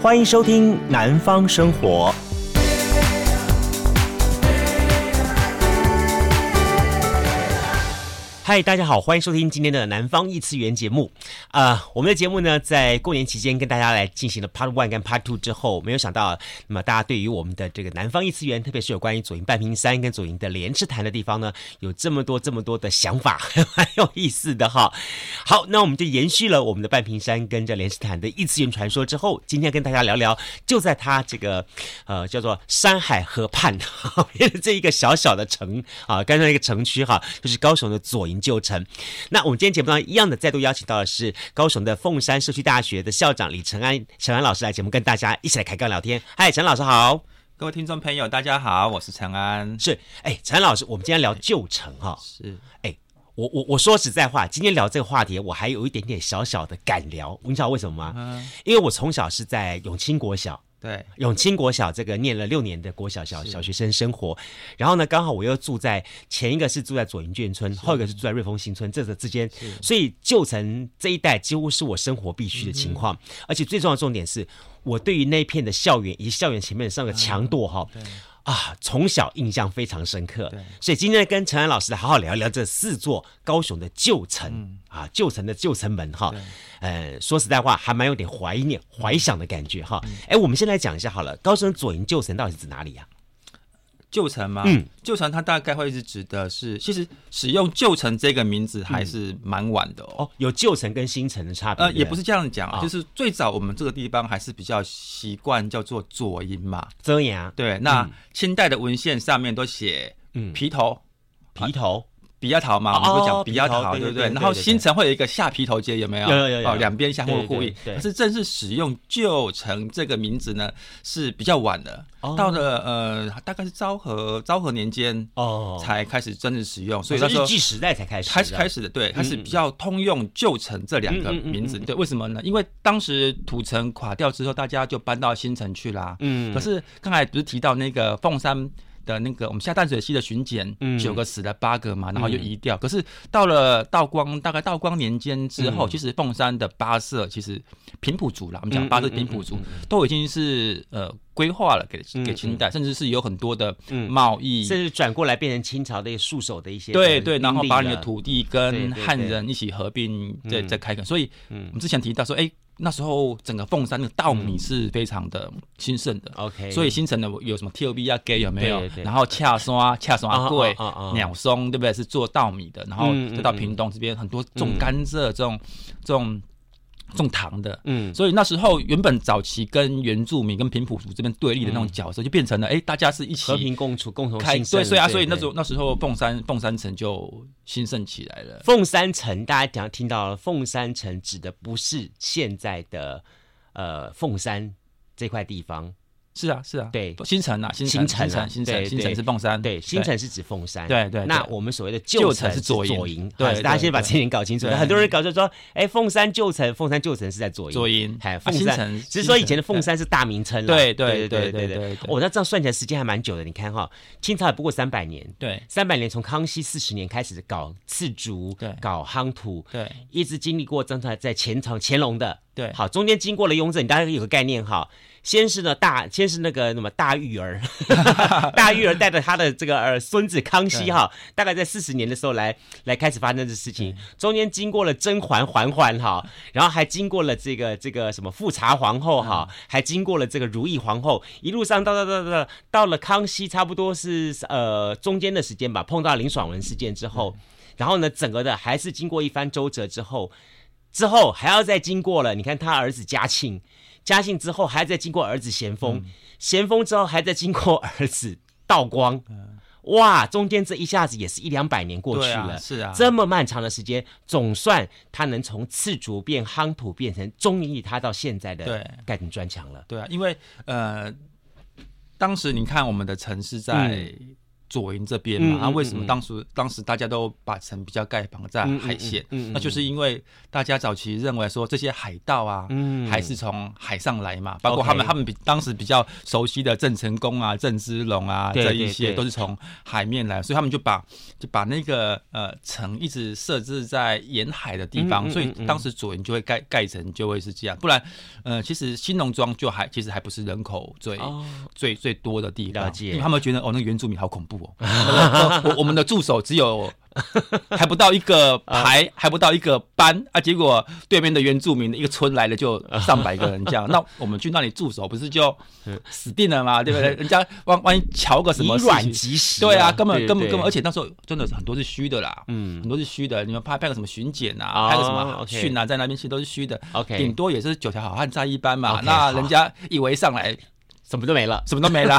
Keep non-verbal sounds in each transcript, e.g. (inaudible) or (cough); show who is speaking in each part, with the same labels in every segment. Speaker 1: 欢迎收听《南方生活》。嗨，大家好，欢迎收听今天的《南方异次元》节目。啊、我们的节目呢，在过年期间跟大家来进行了 Part One 跟 Part Two 之后，没有想到，那么大家对于我们的这个南方异次元，特别是有关于左营半屏山跟左营的莲池潭的地方呢，有这么多这么多的想法， (laughs) 蛮有意思的哈。好，那我们就延续了我们的半屏山跟这莲池潭的异次元传说之后，今天跟大家聊聊，就在它这个呃叫做山海河畔旁边的这一个小小的城啊，刚才一个城区哈、就是高雄的左营旧城。那我们今天节目当中一样的再度邀请到的是高雄的凤山社区大学的校长李承安陈安老师来节目跟大家一起来开杠聊天。嗨，陈老师好。
Speaker 2: 各位听众朋友，大家好，我是陈安。
Speaker 1: 是，哎，陈安老师，我们今天聊旧城哈、
Speaker 2: 是，
Speaker 1: 我我我说实在话，今天聊这个话题，我还有一点点小小的敢聊，你知道为什么吗？
Speaker 2: 嗯，
Speaker 1: 因为我从小是在永清国小，
Speaker 2: 对，
Speaker 1: 永清国小这个念了六年的国小小
Speaker 2: 是
Speaker 1: 小学生生活，然后呢，刚好我又住在前一个是住在左营眷村，后一个是住在瑞丰新村，这这之间，所以旧城这一带几乎是我生活必须的情
Speaker 2: 嗯
Speaker 1: 况，而且最重要的重点是我对于那一片的校园以及校园前面上的强度哈。
Speaker 2: 嗯对，
Speaker 1: 啊，从小印象非常深刻
Speaker 2: 对，
Speaker 1: 所以今天跟陈安老师来好好聊一聊这四座高雄的旧城、啊，旧城的旧城门哈
Speaker 2: 嗯对，
Speaker 1: 呃，说实在话，还蛮有点怀念、怀想的感觉哈。
Speaker 2: 嗯
Speaker 1: 哎、我们先来讲一下好了，高雄左营旧城到底是指哪里啊呀、
Speaker 2: 旧城嘛，
Speaker 1: 嗯
Speaker 2: 旧城它大概会是指的是，其实使用旧城这个名字还是蛮晚的哦。
Speaker 1: 哦，有旧城跟新城的差别，
Speaker 2: 呃，
Speaker 1: 对
Speaker 2: 也不是这样讲，
Speaker 1: 啊
Speaker 2: 啊，就是最早我们这个地方还是比较习惯叫做左营嘛。
Speaker 1: 遮阳、啊
Speaker 2: 对，那清代的文献上面都写
Speaker 1: 嗯
Speaker 2: 皮头、
Speaker 1: 皮头，
Speaker 2: 比亚桃嘛，
Speaker 1: 哦
Speaker 2: 我们都讲比亚
Speaker 1: 皮
Speaker 2: 桃，
Speaker 1: 头对
Speaker 2: 对不
Speaker 1: 对对对
Speaker 2: 然后
Speaker 1: 对对
Speaker 2: 新城会有一个下皮头街，有没有？
Speaker 1: 有有有有
Speaker 2: 哦，两边相互
Speaker 1: 对
Speaker 2: 呼
Speaker 1: 对
Speaker 2: 应
Speaker 1: 对。对
Speaker 2: 可是正式使用“旧城”这个名字呢，是比较晚的，
Speaker 1: 哦
Speaker 2: 到了呃，大概是昭和昭和年间
Speaker 1: 哦，
Speaker 2: 才开始正式使用，所以
Speaker 1: 是
Speaker 2: 那时
Speaker 1: 日
Speaker 2: 候。
Speaker 1: 据时代才开始的，嗯
Speaker 2: 开始开始的对，开始比较通用“旧城”这两个
Speaker 1: 嗯嗯嗯
Speaker 2: 名字，
Speaker 1: 嗯嗯
Speaker 2: 对，为什么呢？因为当时土城垮掉之后，大家就搬到新城去啦。
Speaker 1: 嗯
Speaker 2: 可是刚才不是提到那个凤山的那个我们下淡水溪的巡检，
Speaker 1: 嗯
Speaker 2: 九个死了八个嘛，然后就移掉。可是到了道光大概道光年间之后，
Speaker 1: 嗯
Speaker 2: 其实凤山的八社其实平埔族啦，我们
Speaker 1: 嗯
Speaker 2: 讲八社
Speaker 1: 嗯
Speaker 2: 平埔族、都已经是呃规划了给给清代，甚至是有很多的
Speaker 1: 嗯
Speaker 2: 贸易。
Speaker 1: 甚至转过来变成清朝的一个束手的一些
Speaker 2: 对
Speaker 1: 呃
Speaker 2: 对，然后
Speaker 1: 兵力
Speaker 2: 把你的
Speaker 1: 了
Speaker 2: 土地
Speaker 1: 对
Speaker 2: 跟
Speaker 1: 对
Speaker 2: 汉
Speaker 1: 对
Speaker 2: 人一起合并，再
Speaker 1: 嗯
Speaker 2: 再开垦。所以我
Speaker 1: 嗯
Speaker 2: 们之前提到说，哎，那时候整个凤山的稻米是非常的兴盛的，
Speaker 1: OK，
Speaker 2: 所以新城的有什么 TOB 啊、Gay 有没有
Speaker 1: 对对？对
Speaker 2: 然后恰刷、恰
Speaker 1: 啊
Speaker 2: 刷贵
Speaker 1: 啊啊啊、
Speaker 2: 鸟松，对不对？是做稻米的，然后
Speaker 1: 嗯嗯
Speaker 2: 再到屏东这边很多种甘蔗、这种、这种、种糖的。
Speaker 1: 嗯
Speaker 2: 所以那时候原本早期跟原住民跟平埔族这边对立的
Speaker 1: 嗯
Speaker 2: 那种角色，就变成了哎，大家是一
Speaker 1: 和
Speaker 2: 起
Speaker 1: 平共处，共同
Speaker 2: 开
Speaker 1: 兴盛
Speaker 2: 对，所以啊，所以
Speaker 1: 对
Speaker 2: 那时候那时候凤山凤山城就兴盛起来了。
Speaker 1: 凤山城，大家讲听到了，凤山城指的不是现在的呃凤山这块地方，
Speaker 2: 是啊，是啊，
Speaker 1: 对
Speaker 2: 新城啊，新
Speaker 1: 新城
Speaker 2: 城，新
Speaker 1: 啊
Speaker 2: 城，新
Speaker 1: 对
Speaker 2: 城，新城
Speaker 1: 对
Speaker 2: 是凤山，
Speaker 1: 对，新城是指凤山，
Speaker 2: 对对对
Speaker 1: 那我们所谓的旧
Speaker 2: 旧城
Speaker 1: 是
Speaker 2: 是左营
Speaker 1: 左营，
Speaker 2: 对
Speaker 1: 啊
Speaker 2: 对
Speaker 1: 大家先把这一点搞清楚。
Speaker 2: 对
Speaker 1: 很多人搞错说，哎，凤山旧城，凤山旧城是在左营，
Speaker 2: 左营
Speaker 1: 哎，
Speaker 2: 啊
Speaker 1: 凤
Speaker 2: 新
Speaker 1: 山
Speaker 2: 城
Speaker 1: 只是说以前的
Speaker 2: 新城
Speaker 1: 凤山是大名称啦
Speaker 2: 对对
Speaker 1: 对对
Speaker 2: 对对
Speaker 1: 对
Speaker 2: 对对
Speaker 1: 我那这样算起来时间还蛮久的，你看哈，清朝也不过三百年，
Speaker 2: 对
Speaker 1: 三百年从康熙四十年开始搞赤竹
Speaker 2: 对，
Speaker 1: 搞夯土，
Speaker 2: 对
Speaker 1: 一直经历过正在在前朝乾隆的，
Speaker 2: 对
Speaker 1: 好，中间经过了雍正，你大概有个概念哈。先是呢大，先是那个什么大玉儿， (laughs) 大玉儿带着他的这个儿孙子康熙哈，大概在四十年的时候来来开始发生这事情，中间经过了甄嬛、嬛嬛哈，然后还经过了这个这个什么富察皇后哈，还经过了这个如意皇后，一路上到到到到到了康熙，差不多是呃中间的时间吧，碰到林爽文事件之后，然后呢，整个的还是经过一番周折之后，之后还要再经过了，你看他儿子嘉庆，嘉庆之后还要再经过儿子咸丰，
Speaker 2: 嗯
Speaker 1: 咸丰之后还在经过儿子道光，哇，中间这一下子也是一两百年过去
Speaker 2: 嗯对啊
Speaker 1: 了。
Speaker 2: 是啊，
Speaker 1: 这么漫长的时间，总算他能从赤竹变夯土，变成中意他到现在的
Speaker 2: 对
Speaker 1: 盖顶砖墙了。
Speaker 2: 对啊，因为呃，当时你看我们的城是在左营这边嘛，
Speaker 1: 嗯
Speaker 2: 那、
Speaker 1: 嗯
Speaker 2: 为什么
Speaker 1: 嗯
Speaker 2: 当时当时大家都把城比较盖绑在
Speaker 1: 嗯嗯
Speaker 2: 海线？
Speaker 1: 嗯嗯嗯
Speaker 2: 那就是因为大家早期认为说这些海盗啊，
Speaker 1: 嗯
Speaker 2: 还是从海上来嘛，包括他们
Speaker 1: OK
Speaker 2: 他们比当时比较熟悉的郑成功啊、郑芝龙啊
Speaker 1: 对
Speaker 2: 这一
Speaker 1: 对
Speaker 2: 些
Speaker 1: 对
Speaker 2: 都是从海面来，所以他们就把就把那个呃城一直设置在沿海的地
Speaker 1: 嗯嗯
Speaker 2: 方，
Speaker 1: 嗯
Speaker 2: 所以
Speaker 1: 嗯
Speaker 2: 当时左营就会盖盖城就会是这样，不然呃其实新农庄就还其实还不是人口最、
Speaker 1: 哦
Speaker 2: 最最多的地方，
Speaker 1: 了解
Speaker 2: 因为他们觉得哦那个原住民好恐怖哦， (laughs) 我我我们的助手
Speaker 1: (laughs)
Speaker 2: 只有还不到一个排，
Speaker 1: 啊
Speaker 2: 还不到一个班啊！结果对面的原住民的一个村来了就
Speaker 1: 啊
Speaker 2: 上百个人这
Speaker 1: (laughs)
Speaker 2: 样，那我们去那里驻守不是就死定了嘛？对不对？人家万万一瞧个什
Speaker 1: 以
Speaker 2: 么事
Speaker 1: 软
Speaker 2: 情，
Speaker 1: 击石，
Speaker 2: 对啊，根本根本根本，而
Speaker 1: 且
Speaker 2: 且那时候真的是很多是虚的啦，
Speaker 1: 嗯
Speaker 2: 很多是虚的。你们拍拍个什么巡检
Speaker 1: 哦
Speaker 2: 啊，拍个什么
Speaker 1: OK
Speaker 2: 训啊，在那边其实都是虚的，顶
Speaker 1: ，OK，
Speaker 2: 多也是九条好汉在一班嘛
Speaker 1: OK，。
Speaker 2: 那人家一围上来，
Speaker 1: 什么都没了，
Speaker 2: 什么
Speaker 1: (laughs)
Speaker 2: 都没啦，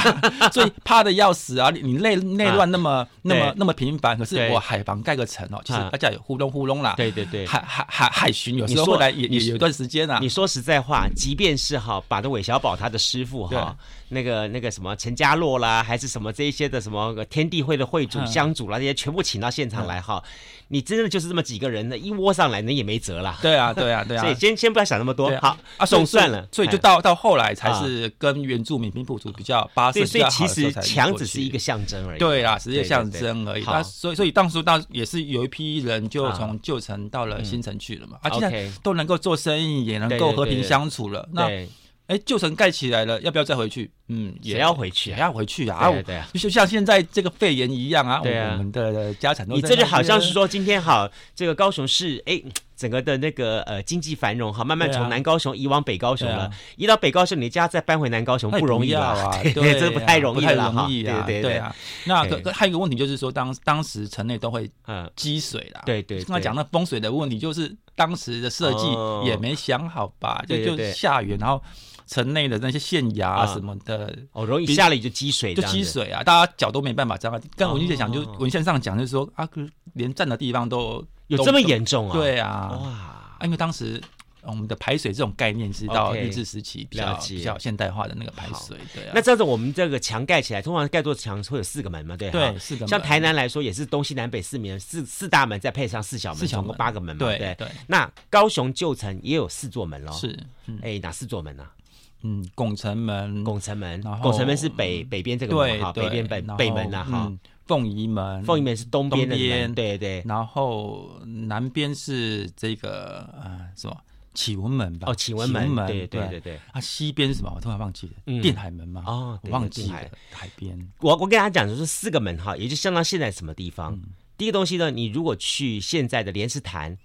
Speaker 2: 所以怕的要死啊！你你内内乱那么、那么
Speaker 1: 啊对
Speaker 2: 那么频繁，可是
Speaker 1: 对
Speaker 2: 我海防盖个城哦，其实
Speaker 1: 啊
Speaker 2: 大家也呼隆呼隆啦。
Speaker 1: 对对对。
Speaker 2: 海海海海巡有时
Speaker 1: 你
Speaker 2: 候
Speaker 1: 说
Speaker 2: 后来也
Speaker 1: 你
Speaker 2: 也有一段时间啊
Speaker 1: 你。说实在话，即便是哈，把那韦小宝他的师傅哈，那个那个什么陈家洛啦，还是什么这一些的什么呃天地会的会主、
Speaker 2: 嗯
Speaker 1: 乡主啦，这些全部请到现场来哈，你真的就是这么几个人，那一窝上来，那也没辙啦。
Speaker 2: 对啊，对啊，对
Speaker 1: (laughs)
Speaker 2: 啊
Speaker 1: 所以。先先不要想那么多
Speaker 2: 对，
Speaker 1: 好
Speaker 2: 啊，所以
Speaker 1: 总算了，
Speaker 2: 所以就
Speaker 1: 哎啊
Speaker 2: 到到后来才是跟原住民平埔族比较巴适
Speaker 1: 对，
Speaker 2: 比
Speaker 1: 所以
Speaker 2: 较好
Speaker 1: 其
Speaker 2: 的时候
Speaker 1: 实
Speaker 2: 才移
Speaker 1: 强
Speaker 2: 过
Speaker 1: 只是一
Speaker 2: 去
Speaker 1: 个象征而已。
Speaker 2: 对啦，只是一个
Speaker 1: 对对
Speaker 2: 象
Speaker 1: 对
Speaker 2: 征而已。
Speaker 1: 好
Speaker 2: 那所以所以当初当也是有一批人就
Speaker 1: 啊嗯
Speaker 2: 从旧城到了新城去了嘛，啊，现
Speaker 1: OK
Speaker 2: 在都能够做生意，也能
Speaker 1: 对
Speaker 2: 够
Speaker 1: 对
Speaker 2: 和
Speaker 1: 对
Speaker 2: 平相处了。那
Speaker 1: 对
Speaker 2: 哎，旧城盖起来了，要不要再回去？嗯，
Speaker 1: 也要回去
Speaker 2: 也
Speaker 1: 啊。
Speaker 2: 要回去啊！
Speaker 1: 对啊
Speaker 2: 我
Speaker 1: 对啊
Speaker 2: 就像现在这个肺炎一样啊，
Speaker 1: 对啊
Speaker 2: 我们的家产都
Speaker 1: 你
Speaker 2: 在
Speaker 1: 这就
Speaker 2: 那
Speaker 1: 好像
Speaker 2: 边
Speaker 1: 是说，今天好，这个高雄市哎，整个的那个呃经济繁荣哈，慢慢
Speaker 2: 对啊
Speaker 1: 从南高雄移往北高雄
Speaker 2: 对
Speaker 1: 了
Speaker 2: 啊。
Speaker 1: 移到北高雄，你家再搬回南高雄
Speaker 2: 那也
Speaker 1: 不容易
Speaker 2: 要
Speaker 1: 啦
Speaker 2: 啊，
Speaker 1: 对， (laughs)
Speaker 2: 对啊，
Speaker 1: 这不太容易
Speaker 2: 不太
Speaker 1: 了哈。
Speaker 2: 容易啊，
Speaker 1: 对
Speaker 2: 对
Speaker 1: 对，
Speaker 2: 啊。那
Speaker 1: 对
Speaker 2: 个还有一个问题就是说，当当时城内都会
Speaker 1: 嗯，
Speaker 2: 积水啦，
Speaker 1: 对对对
Speaker 2: 刚刚讲那风水的问题，就是当时的设计
Speaker 1: 哦
Speaker 2: 也没想好吧，就
Speaker 1: 对对
Speaker 2: 就
Speaker 1: 对
Speaker 2: 下雨，然后城内的那些县衙
Speaker 1: 啊
Speaker 2: 啊什么的，
Speaker 1: 哦，容易
Speaker 2: 比
Speaker 1: 下了雨就积水，
Speaker 2: 就积。水啊，大家脚都没办法站啊。跟文献讲，就是
Speaker 1: 哦
Speaker 2: 文献上讲，就是说啊，可是连站的地方都
Speaker 1: 有
Speaker 2: 都
Speaker 1: 这么
Speaker 2: 都
Speaker 1: 严重啊？
Speaker 2: 对啊，
Speaker 1: 哇，
Speaker 2: 啊，因为当时呃我们的排水这种概念是到
Speaker 1: OK，
Speaker 2: 日治时期比较
Speaker 1: 了解
Speaker 2: 比较现代化的那个排水，对啊，
Speaker 1: 那这样子我们这个墙盖起来，通常盖座墙会有四个门嘛？对哈
Speaker 2: 对是的，
Speaker 1: 像台南来说，也是东西南北四面四四大门，再配上四小门，
Speaker 2: 四小
Speaker 1: 总共
Speaker 2: 门
Speaker 1: 八个门嘛。
Speaker 2: 对
Speaker 1: 对。
Speaker 2: 对
Speaker 1: 那高雄旧城也有四座门喽。。
Speaker 2: 是嗯
Speaker 1: 哎，哪四座门呢？
Speaker 2: 嗯拱城门
Speaker 1: 拱城门
Speaker 2: 然，后嗯
Speaker 1: 拱城门是北北边这个门
Speaker 2: 对
Speaker 1: 哈，
Speaker 2: 对
Speaker 1: 北边北
Speaker 2: 然后
Speaker 1: 北门呐啊哈，
Speaker 2: 嗯凤仪门
Speaker 1: 凤仪，门是东边的
Speaker 2: 东
Speaker 1: 门，
Speaker 2: 边嗯
Speaker 1: 对对。
Speaker 2: 然后南边是这个呃什么启文门吧？
Speaker 1: 哦，启文门，对对对。对。
Speaker 2: 啊，西边是什么？我突然忘记
Speaker 1: 嗯
Speaker 2: 了，电海门吗？
Speaker 1: 哦
Speaker 2: 我
Speaker 1: 对
Speaker 2: 忘
Speaker 1: 对
Speaker 2: 记
Speaker 1: 定
Speaker 2: 了
Speaker 1: 海，
Speaker 2: 海边。
Speaker 1: 我我跟大家讲，就是四个门哈，也就相当现在什么地
Speaker 2: 嗯
Speaker 1: 方。第一个东西呢，你如果去现在的莲池潭，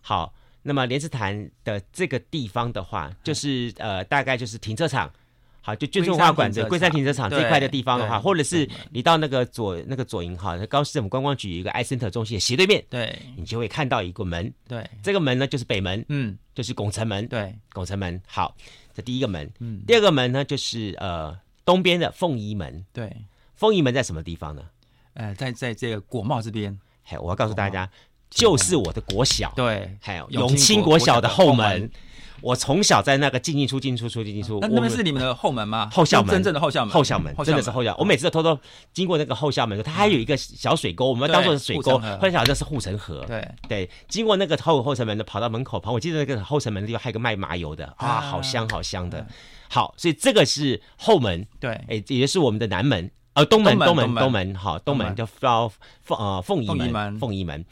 Speaker 1: 好，那么莲池潭的这个地方的话，就是呃，大概就是停车场。好，就就
Speaker 2: 嗯龟
Speaker 1: 这
Speaker 2: 山
Speaker 1: 化馆
Speaker 2: 停
Speaker 1: 的
Speaker 2: 车
Speaker 1: 龟山
Speaker 2: 场
Speaker 1: 停车场这
Speaker 2: 对
Speaker 1: 一块的地方的话，
Speaker 2: 对
Speaker 1: 或者是
Speaker 2: 对
Speaker 1: 你到那个左那个左营哈，高市政府观光局有一个 i center 中心的斜对面，
Speaker 2: 对
Speaker 1: 你就会看到一个门，
Speaker 2: 对，
Speaker 1: 这个门呢就是北门，
Speaker 2: 嗯
Speaker 1: 就是拱城门，
Speaker 2: 对，
Speaker 1: 拱城门。好，这第一个门，
Speaker 2: 嗯
Speaker 1: 第二个门呢就是呃东边的凤仪门，
Speaker 2: 对，
Speaker 1: 凤仪门在什么地方呢？
Speaker 2: 呃，在在这个国贸这边，
Speaker 1: 嘿，我要告诉大家，就是我的国小，
Speaker 2: 哦对，
Speaker 1: 还有
Speaker 2: 永
Speaker 1: 永清
Speaker 2: 清
Speaker 1: 国
Speaker 2: 国
Speaker 1: 小的
Speaker 2: 国小的
Speaker 1: 后
Speaker 2: 后
Speaker 1: 门。我从小在那个进进出进出出进进出，
Speaker 2: 那
Speaker 1: 我
Speaker 2: 那
Speaker 1: 们
Speaker 2: 边是你们的后门吗？
Speaker 1: 后校
Speaker 2: 就
Speaker 1: 门，
Speaker 2: 是真正的后校门，
Speaker 1: 后校门真的是后校。我每次都偷偷经过那个后校门，它还有一个小水沟，我们
Speaker 2: 对
Speaker 1: 当做是水沟，
Speaker 2: 护城河
Speaker 1: 后来想这是护城河。
Speaker 2: 对，
Speaker 1: 对，经过那个后后城门的，跑到门口旁，我记得那个后城门的地方还有个卖麻油的啊，嗯
Speaker 2: 啊
Speaker 1: 好香好香的。好，所以这个是后门，
Speaker 2: 对，
Speaker 1: 哎，也就是我们的南门，呃，东门，
Speaker 2: 东
Speaker 1: 门，
Speaker 2: 门东门
Speaker 1: 东门，好，东门
Speaker 2: 门
Speaker 1: 叫叫凤呃凤仪
Speaker 2: 凤仪
Speaker 1: 门，
Speaker 2: 门
Speaker 1: 凤仪门。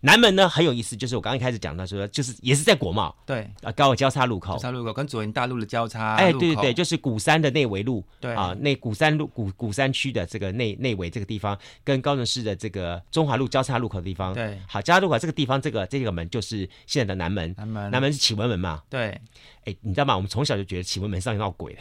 Speaker 1: 南门呢很有意思，就是我刚刚一开始讲到说，就是也是在国贸
Speaker 2: 对，
Speaker 1: 啊高尔交叉路口
Speaker 2: 交，叉路口跟左营大路的交叉，
Speaker 1: 哎，对对对，，就是鼓山的内围路，
Speaker 2: 对
Speaker 1: 啊，内鼓山路鼓鼓山区的这个内内围这个地方，跟高雄市的这个中华路交叉路口的地方，
Speaker 2: 对
Speaker 1: 好，交叉路口这个地方，这个这个门就是现在的南门，
Speaker 2: 南门，
Speaker 1: 南门是启文门嘛，
Speaker 2: 对，
Speaker 1: 哎，你知道吗？我们从小就觉得启文门上有闹鬼
Speaker 2: (laughs)
Speaker 1: 的，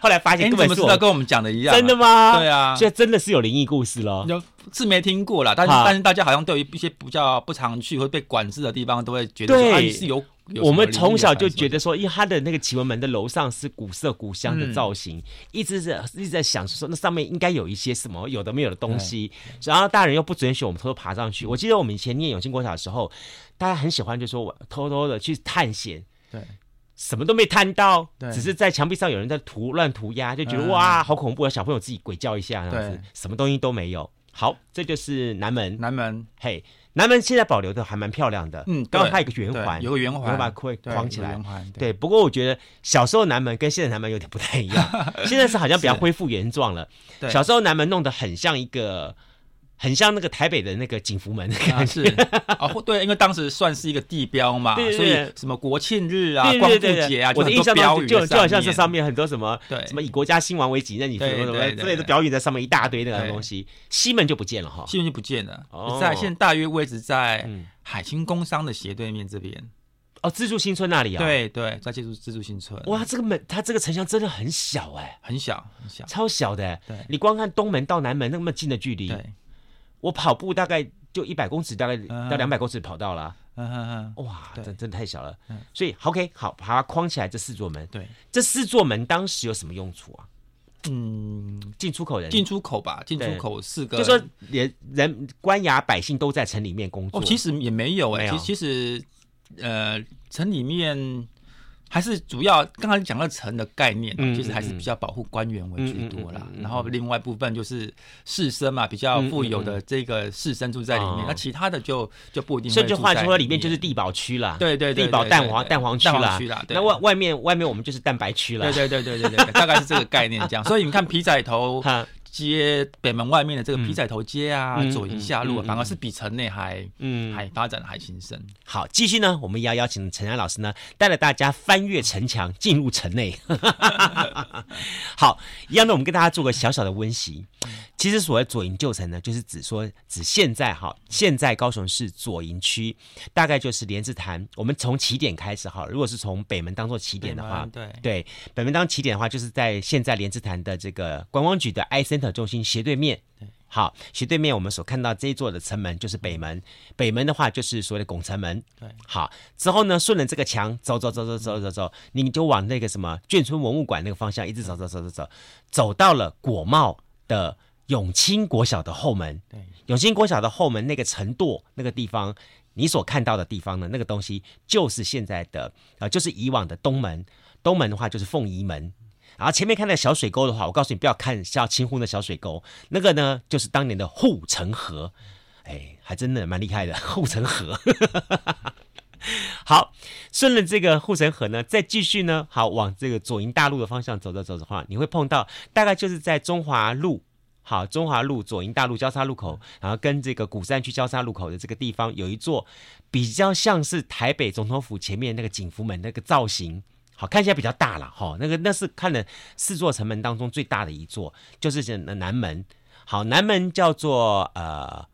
Speaker 1: 后来发
Speaker 2: 哎，
Speaker 1: 现根
Speaker 2: 你怎
Speaker 1: 本
Speaker 2: 么
Speaker 1: 是
Speaker 2: 知
Speaker 1: 我
Speaker 2: 道
Speaker 1: 们
Speaker 2: 跟我们讲的一样啊？
Speaker 1: 真的吗？
Speaker 2: 对啊
Speaker 1: 所以真的是有灵异故事喽。
Speaker 2: 就是没听过啦，但是
Speaker 1: 好
Speaker 2: 但是大家好像对于一些比较不常去或被管制的地方，都会觉得
Speaker 1: 对
Speaker 2: 说啊你是有。有什么
Speaker 1: 我们从小就
Speaker 2: 灵异的传说
Speaker 1: 觉得说，因为它的那个奇门门的楼上是古色古香
Speaker 2: 嗯
Speaker 1: 的造型，一直是一直在想说，那上面应该有一些什么有的没有的东西。然后大人又不准许我们偷偷爬上去。我记得我们以前念永庆国小的时候，大家很喜欢就说我偷偷的去探险。
Speaker 2: 对，
Speaker 1: 什么都没摊到
Speaker 2: 对，
Speaker 1: 只是在墙壁上有人在涂乱涂鸦，就觉得、
Speaker 2: 嗯
Speaker 1: 哇好恐怖啊！小朋友自己鬼叫一下，这样
Speaker 2: 对
Speaker 1: 子什么东西都没有。好，这就是南门。
Speaker 2: 南门，
Speaker 1: 嘿，南门现在保留的还蛮漂亮的，
Speaker 2: 嗯
Speaker 1: 刚刚
Speaker 2: 对
Speaker 1: 它有个圆
Speaker 2: 对
Speaker 1: 环，
Speaker 2: 有个圆
Speaker 1: 我
Speaker 2: 环
Speaker 1: 会把它框
Speaker 2: 对
Speaker 1: 框起
Speaker 2: 有
Speaker 1: 来
Speaker 2: 圆。环，
Speaker 1: 对，不过我觉得小时候南门跟现在南门有点不太一
Speaker 2: (laughs)
Speaker 1: 样，现在是好像比较恢复原状了。
Speaker 2: 对
Speaker 1: 小时候南门弄得很像一个，很像那个台北的那个景福门的
Speaker 2: 啊
Speaker 1: 感 (laughs) 觉。
Speaker 2: 是啊，或对，因为当时算是一个地标嘛，
Speaker 1: 对对
Speaker 2: 所以
Speaker 1: 对
Speaker 2: 什么国庆日啊、
Speaker 1: 对 (laughs)
Speaker 2: 光
Speaker 1: 对
Speaker 2: 复
Speaker 1: 对对
Speaker 2: 节啊，
Speaker 1: 我的
Speaker 2: 很
Speaker 1: 印
Speaker 2: 多
Speaker 1: 象
Speaker 2: 标
Speaker 1: 中
Speaker 2: 语
Speaker 1: 就
Speaker 2: 在
Speaker 1: 就好像是
Speaker 2: 面
Speaker 1: 上面很多什么
Speaker 2: 对
Speaker 1: 什么以国家兴亡为己任，你什
Speaker 2: 对
Speaker 1: 么什么
Speaker 2: 对对
Speaker 1: 之类的
Speaker 2: 对
Speaker 1: 标语在上面一大堆那个
Speaker 2: 对
Speaker 1: 东西，西门就不见了哈。
Speaker 2: 西门就不见了，
Speaker 1: 哦
Speaker 2: 在现在大约位置在
Speaker 1: 嗯，
Speaker 2: 海清工商的斜对面这边。
Speaker 1: 哦，自助新村那里啊。，
Speaker 2: 对对，在自助自助新村，
Speaker 1: 哇，这个门它这个城乡真的很小哎、
Speaker 2: 很小很小，
Speaker 1: 超小的、欸。
Speaker 2: 对
Speaker 1: 你光看东门到南门那么近的距离，
Speaker 2: 对，
Speaker 1: 我跑步大概就一百公尺，大概到
Speaker 2: 嗯
Speaker 1: 两百公尺跑到了啊。
Speaker 2: 嗯哼哼，
Speaker 1: 哇，
Speaker 2: 对
Speaker 1: 真真的太小了
Speaker 2: 嗯。
Speaker 1: 所以 OK，好，把它框起来。这四座门，
Speaker 2: 对，
Speaker 1: 这四座门当时有什么用处啊？
Speaker 2: 嗯，
Speaker 1: 进出口人，
Speaker 2: 进出口吧，进出
Speaker 1: 对
Speaker 2: 口四个，
Speaker 1: 就说人人官衙百姓都在城里面工作。
Speaker 2: 哦，其实也没有哎、
Speaker 1: 没有
Speaker 2: 其其实呃，城里面还是主要刚才讲到城的概念、
Speaker 1: 嗯
Speaker 2: 其实还是
Speaker 1: 嗯嗯
Speaker 2: 比较保护官员为居多啦。
Speaker 1: 嗯嗯嗯嗯嗯
Speaker 2: 然后另外部分就是士绅嘛，比较富有的这个士绅住在里面，
Speaker 1: 哦
Speaker 2: 那其他的就就不一定会
Speaker 1: 所
Speaker 2: 住
Speaker 1: 以
Speaker 2: 在。
Speaker 1: 就话说，里面就是地堡区啦，
Speaker 2: 对对对对
Speaker 1: 地堡蛋黄
Speaker 2: 对对对
Speaker 1: 蛋黄区
Speaker 2: 蛋
Speaker 1: 啦
Speaker 2: 黄区啦，对
Speaker 1: 那外外面外面我们就是蛋白区啦
Speaker 2: 对。对对对对对，对大概是这个概念这样。所以你看皮仔头
Speaker 1: 哈，
Speaker 2: 街北门外面的这个皮仔头街啊，
Speaker 1: 嗯
Speaker 2: 左营下路、
Speaker 1: 嗯
Speaker 2: 啊
Speaker 1: 嗯嗯
Speaker 2: 反而是比城内还、
Speaker 1: 嗯，
Speaker 2: 还发展得还兴盛。
Speaker 1: 好，继续呢，我们也要邀请陈安老师呢，带着大家翻越城墙，进入城内。 (laughs) 好，一样的，我们跟大家做个小小的温习。其实所谓左营旧城呢，就是指说指现在哈，现在高雄市左营区大概就是莲池潭。我们从起点开始哈，如果是从北门当做起点的话，
Speaker 2: 对吗对
Speaker 1: 对，北门当起点的话，就是在现在莲池潭的这个观光局的 i Center 中心斜对面。好，斜对面我们所看到这一座的城门就是北门，北门的话就是所谓的拱城门。
Speaker 2: 对，
Speaker 1: 好，之后呢，顺着这个墙走走走走走走走，你就往那个什么眷村文物馆那个方向一直走走走走走，走到了果贸的永清国小的后门。
Speaker 2: 对，
Speaker 1: 永兴国小的后门那个城垛那个地方，你所看到的地方呢，那个东西就是现在的呃，就是以往的东门。东门的话就是凤仪门。然后前面看那个小水沟的话，我告诉你不要看像清湖的小水沟，那个呢就是当年的护城河，哎，还真的蛮厉害的 (laughs) 护城河。好，顺着这个护城河呢，再继续呢，好往这个左营大路的方向走走走的话，你会碰到大概就是在中华路。好，中华路、左营大路交叉路口，然后跟这个古山区交叉路口的这个地方，有一座比较像是台北总统府前面那个景福门那个造型，好看起来比较大了哈、那个那是看了四座城门当中最大的一座，就是这南门。好，南门叫做呃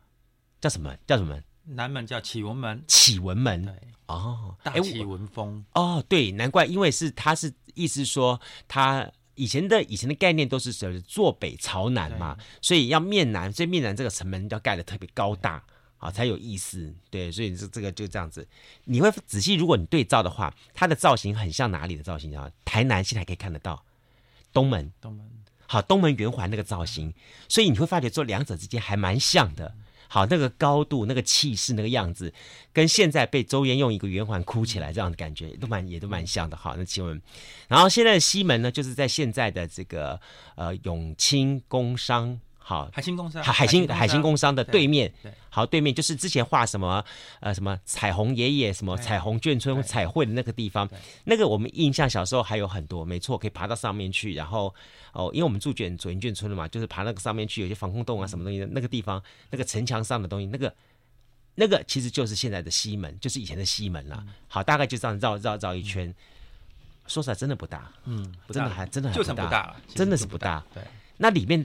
Speaker 1: 叫什么？叫什么？
Speaker 2: 南门叫启文门，
Speaker 1: 启文门
Speaker 2: 对，
Speaker 1: 哦，
Speaker 2: 大
Speaker 1: 哎我
Speaker 2: 启文风。
Speaker 1: 哦，对，难怪，因为是他是意思说他以前的以前的概念都是指坐北朝南嘛，所以要面南，所以面南这个城门要盖的特别高大。啊，才有意思，对，所以这这个就这样子。你会仔细，如果你对照的话，它的造型很像哪里的造型啊？台南现在还可以看得到，东门，
Speaker 2: 东门
Speaker 1: 好，东门圆环那个造型，所以你会发觉说两者之间还蛮像的。好，那个高度、那个气势、那个样子，跟现在被周延用一个圆环箍起来这样的感觉，都蛮也都蛮像的。好，那请问，然后现在的西门呢，就是在现在的这个呃永清工商好
Speaker 2: 海星公司啊，
Speaker 1: 海海星海星
Speaker 2: 星
Speaker 1: 工商的对面
Speaker 2: 对对，
Speaker 1: 好对面就是之前画什么呃什么彩虹爷爷什么彩虹眷村彩绘的那个地方
Speaker 2: 对，
Speaker 1: 那个我们印象小时候还有很多，没错，可以爬到上面去，然后哦，因为我们住卷左营眷村了嘛，就是爬那个上面去，有些防空洞啊什么东西的那个地方，那个城墙上的东西，那个那个其实就是现在的西门，就是以前的西门
Speaker 2: 嗯
Speaker 1: 啦。好，大概就这样绕绕绕一圈，说实在真的不大，
Speaker 2: 嗯，不
Speaker 1: 真的
Speaker 2: 大
Speaker 1: 还真的还
Speaker 2: 就成不大了，其实
Speaker 1: 真的是
Speaker 2: 就
Speaker 1: 不大。
Speaker 2: 对，
Speaker 1: 那里面，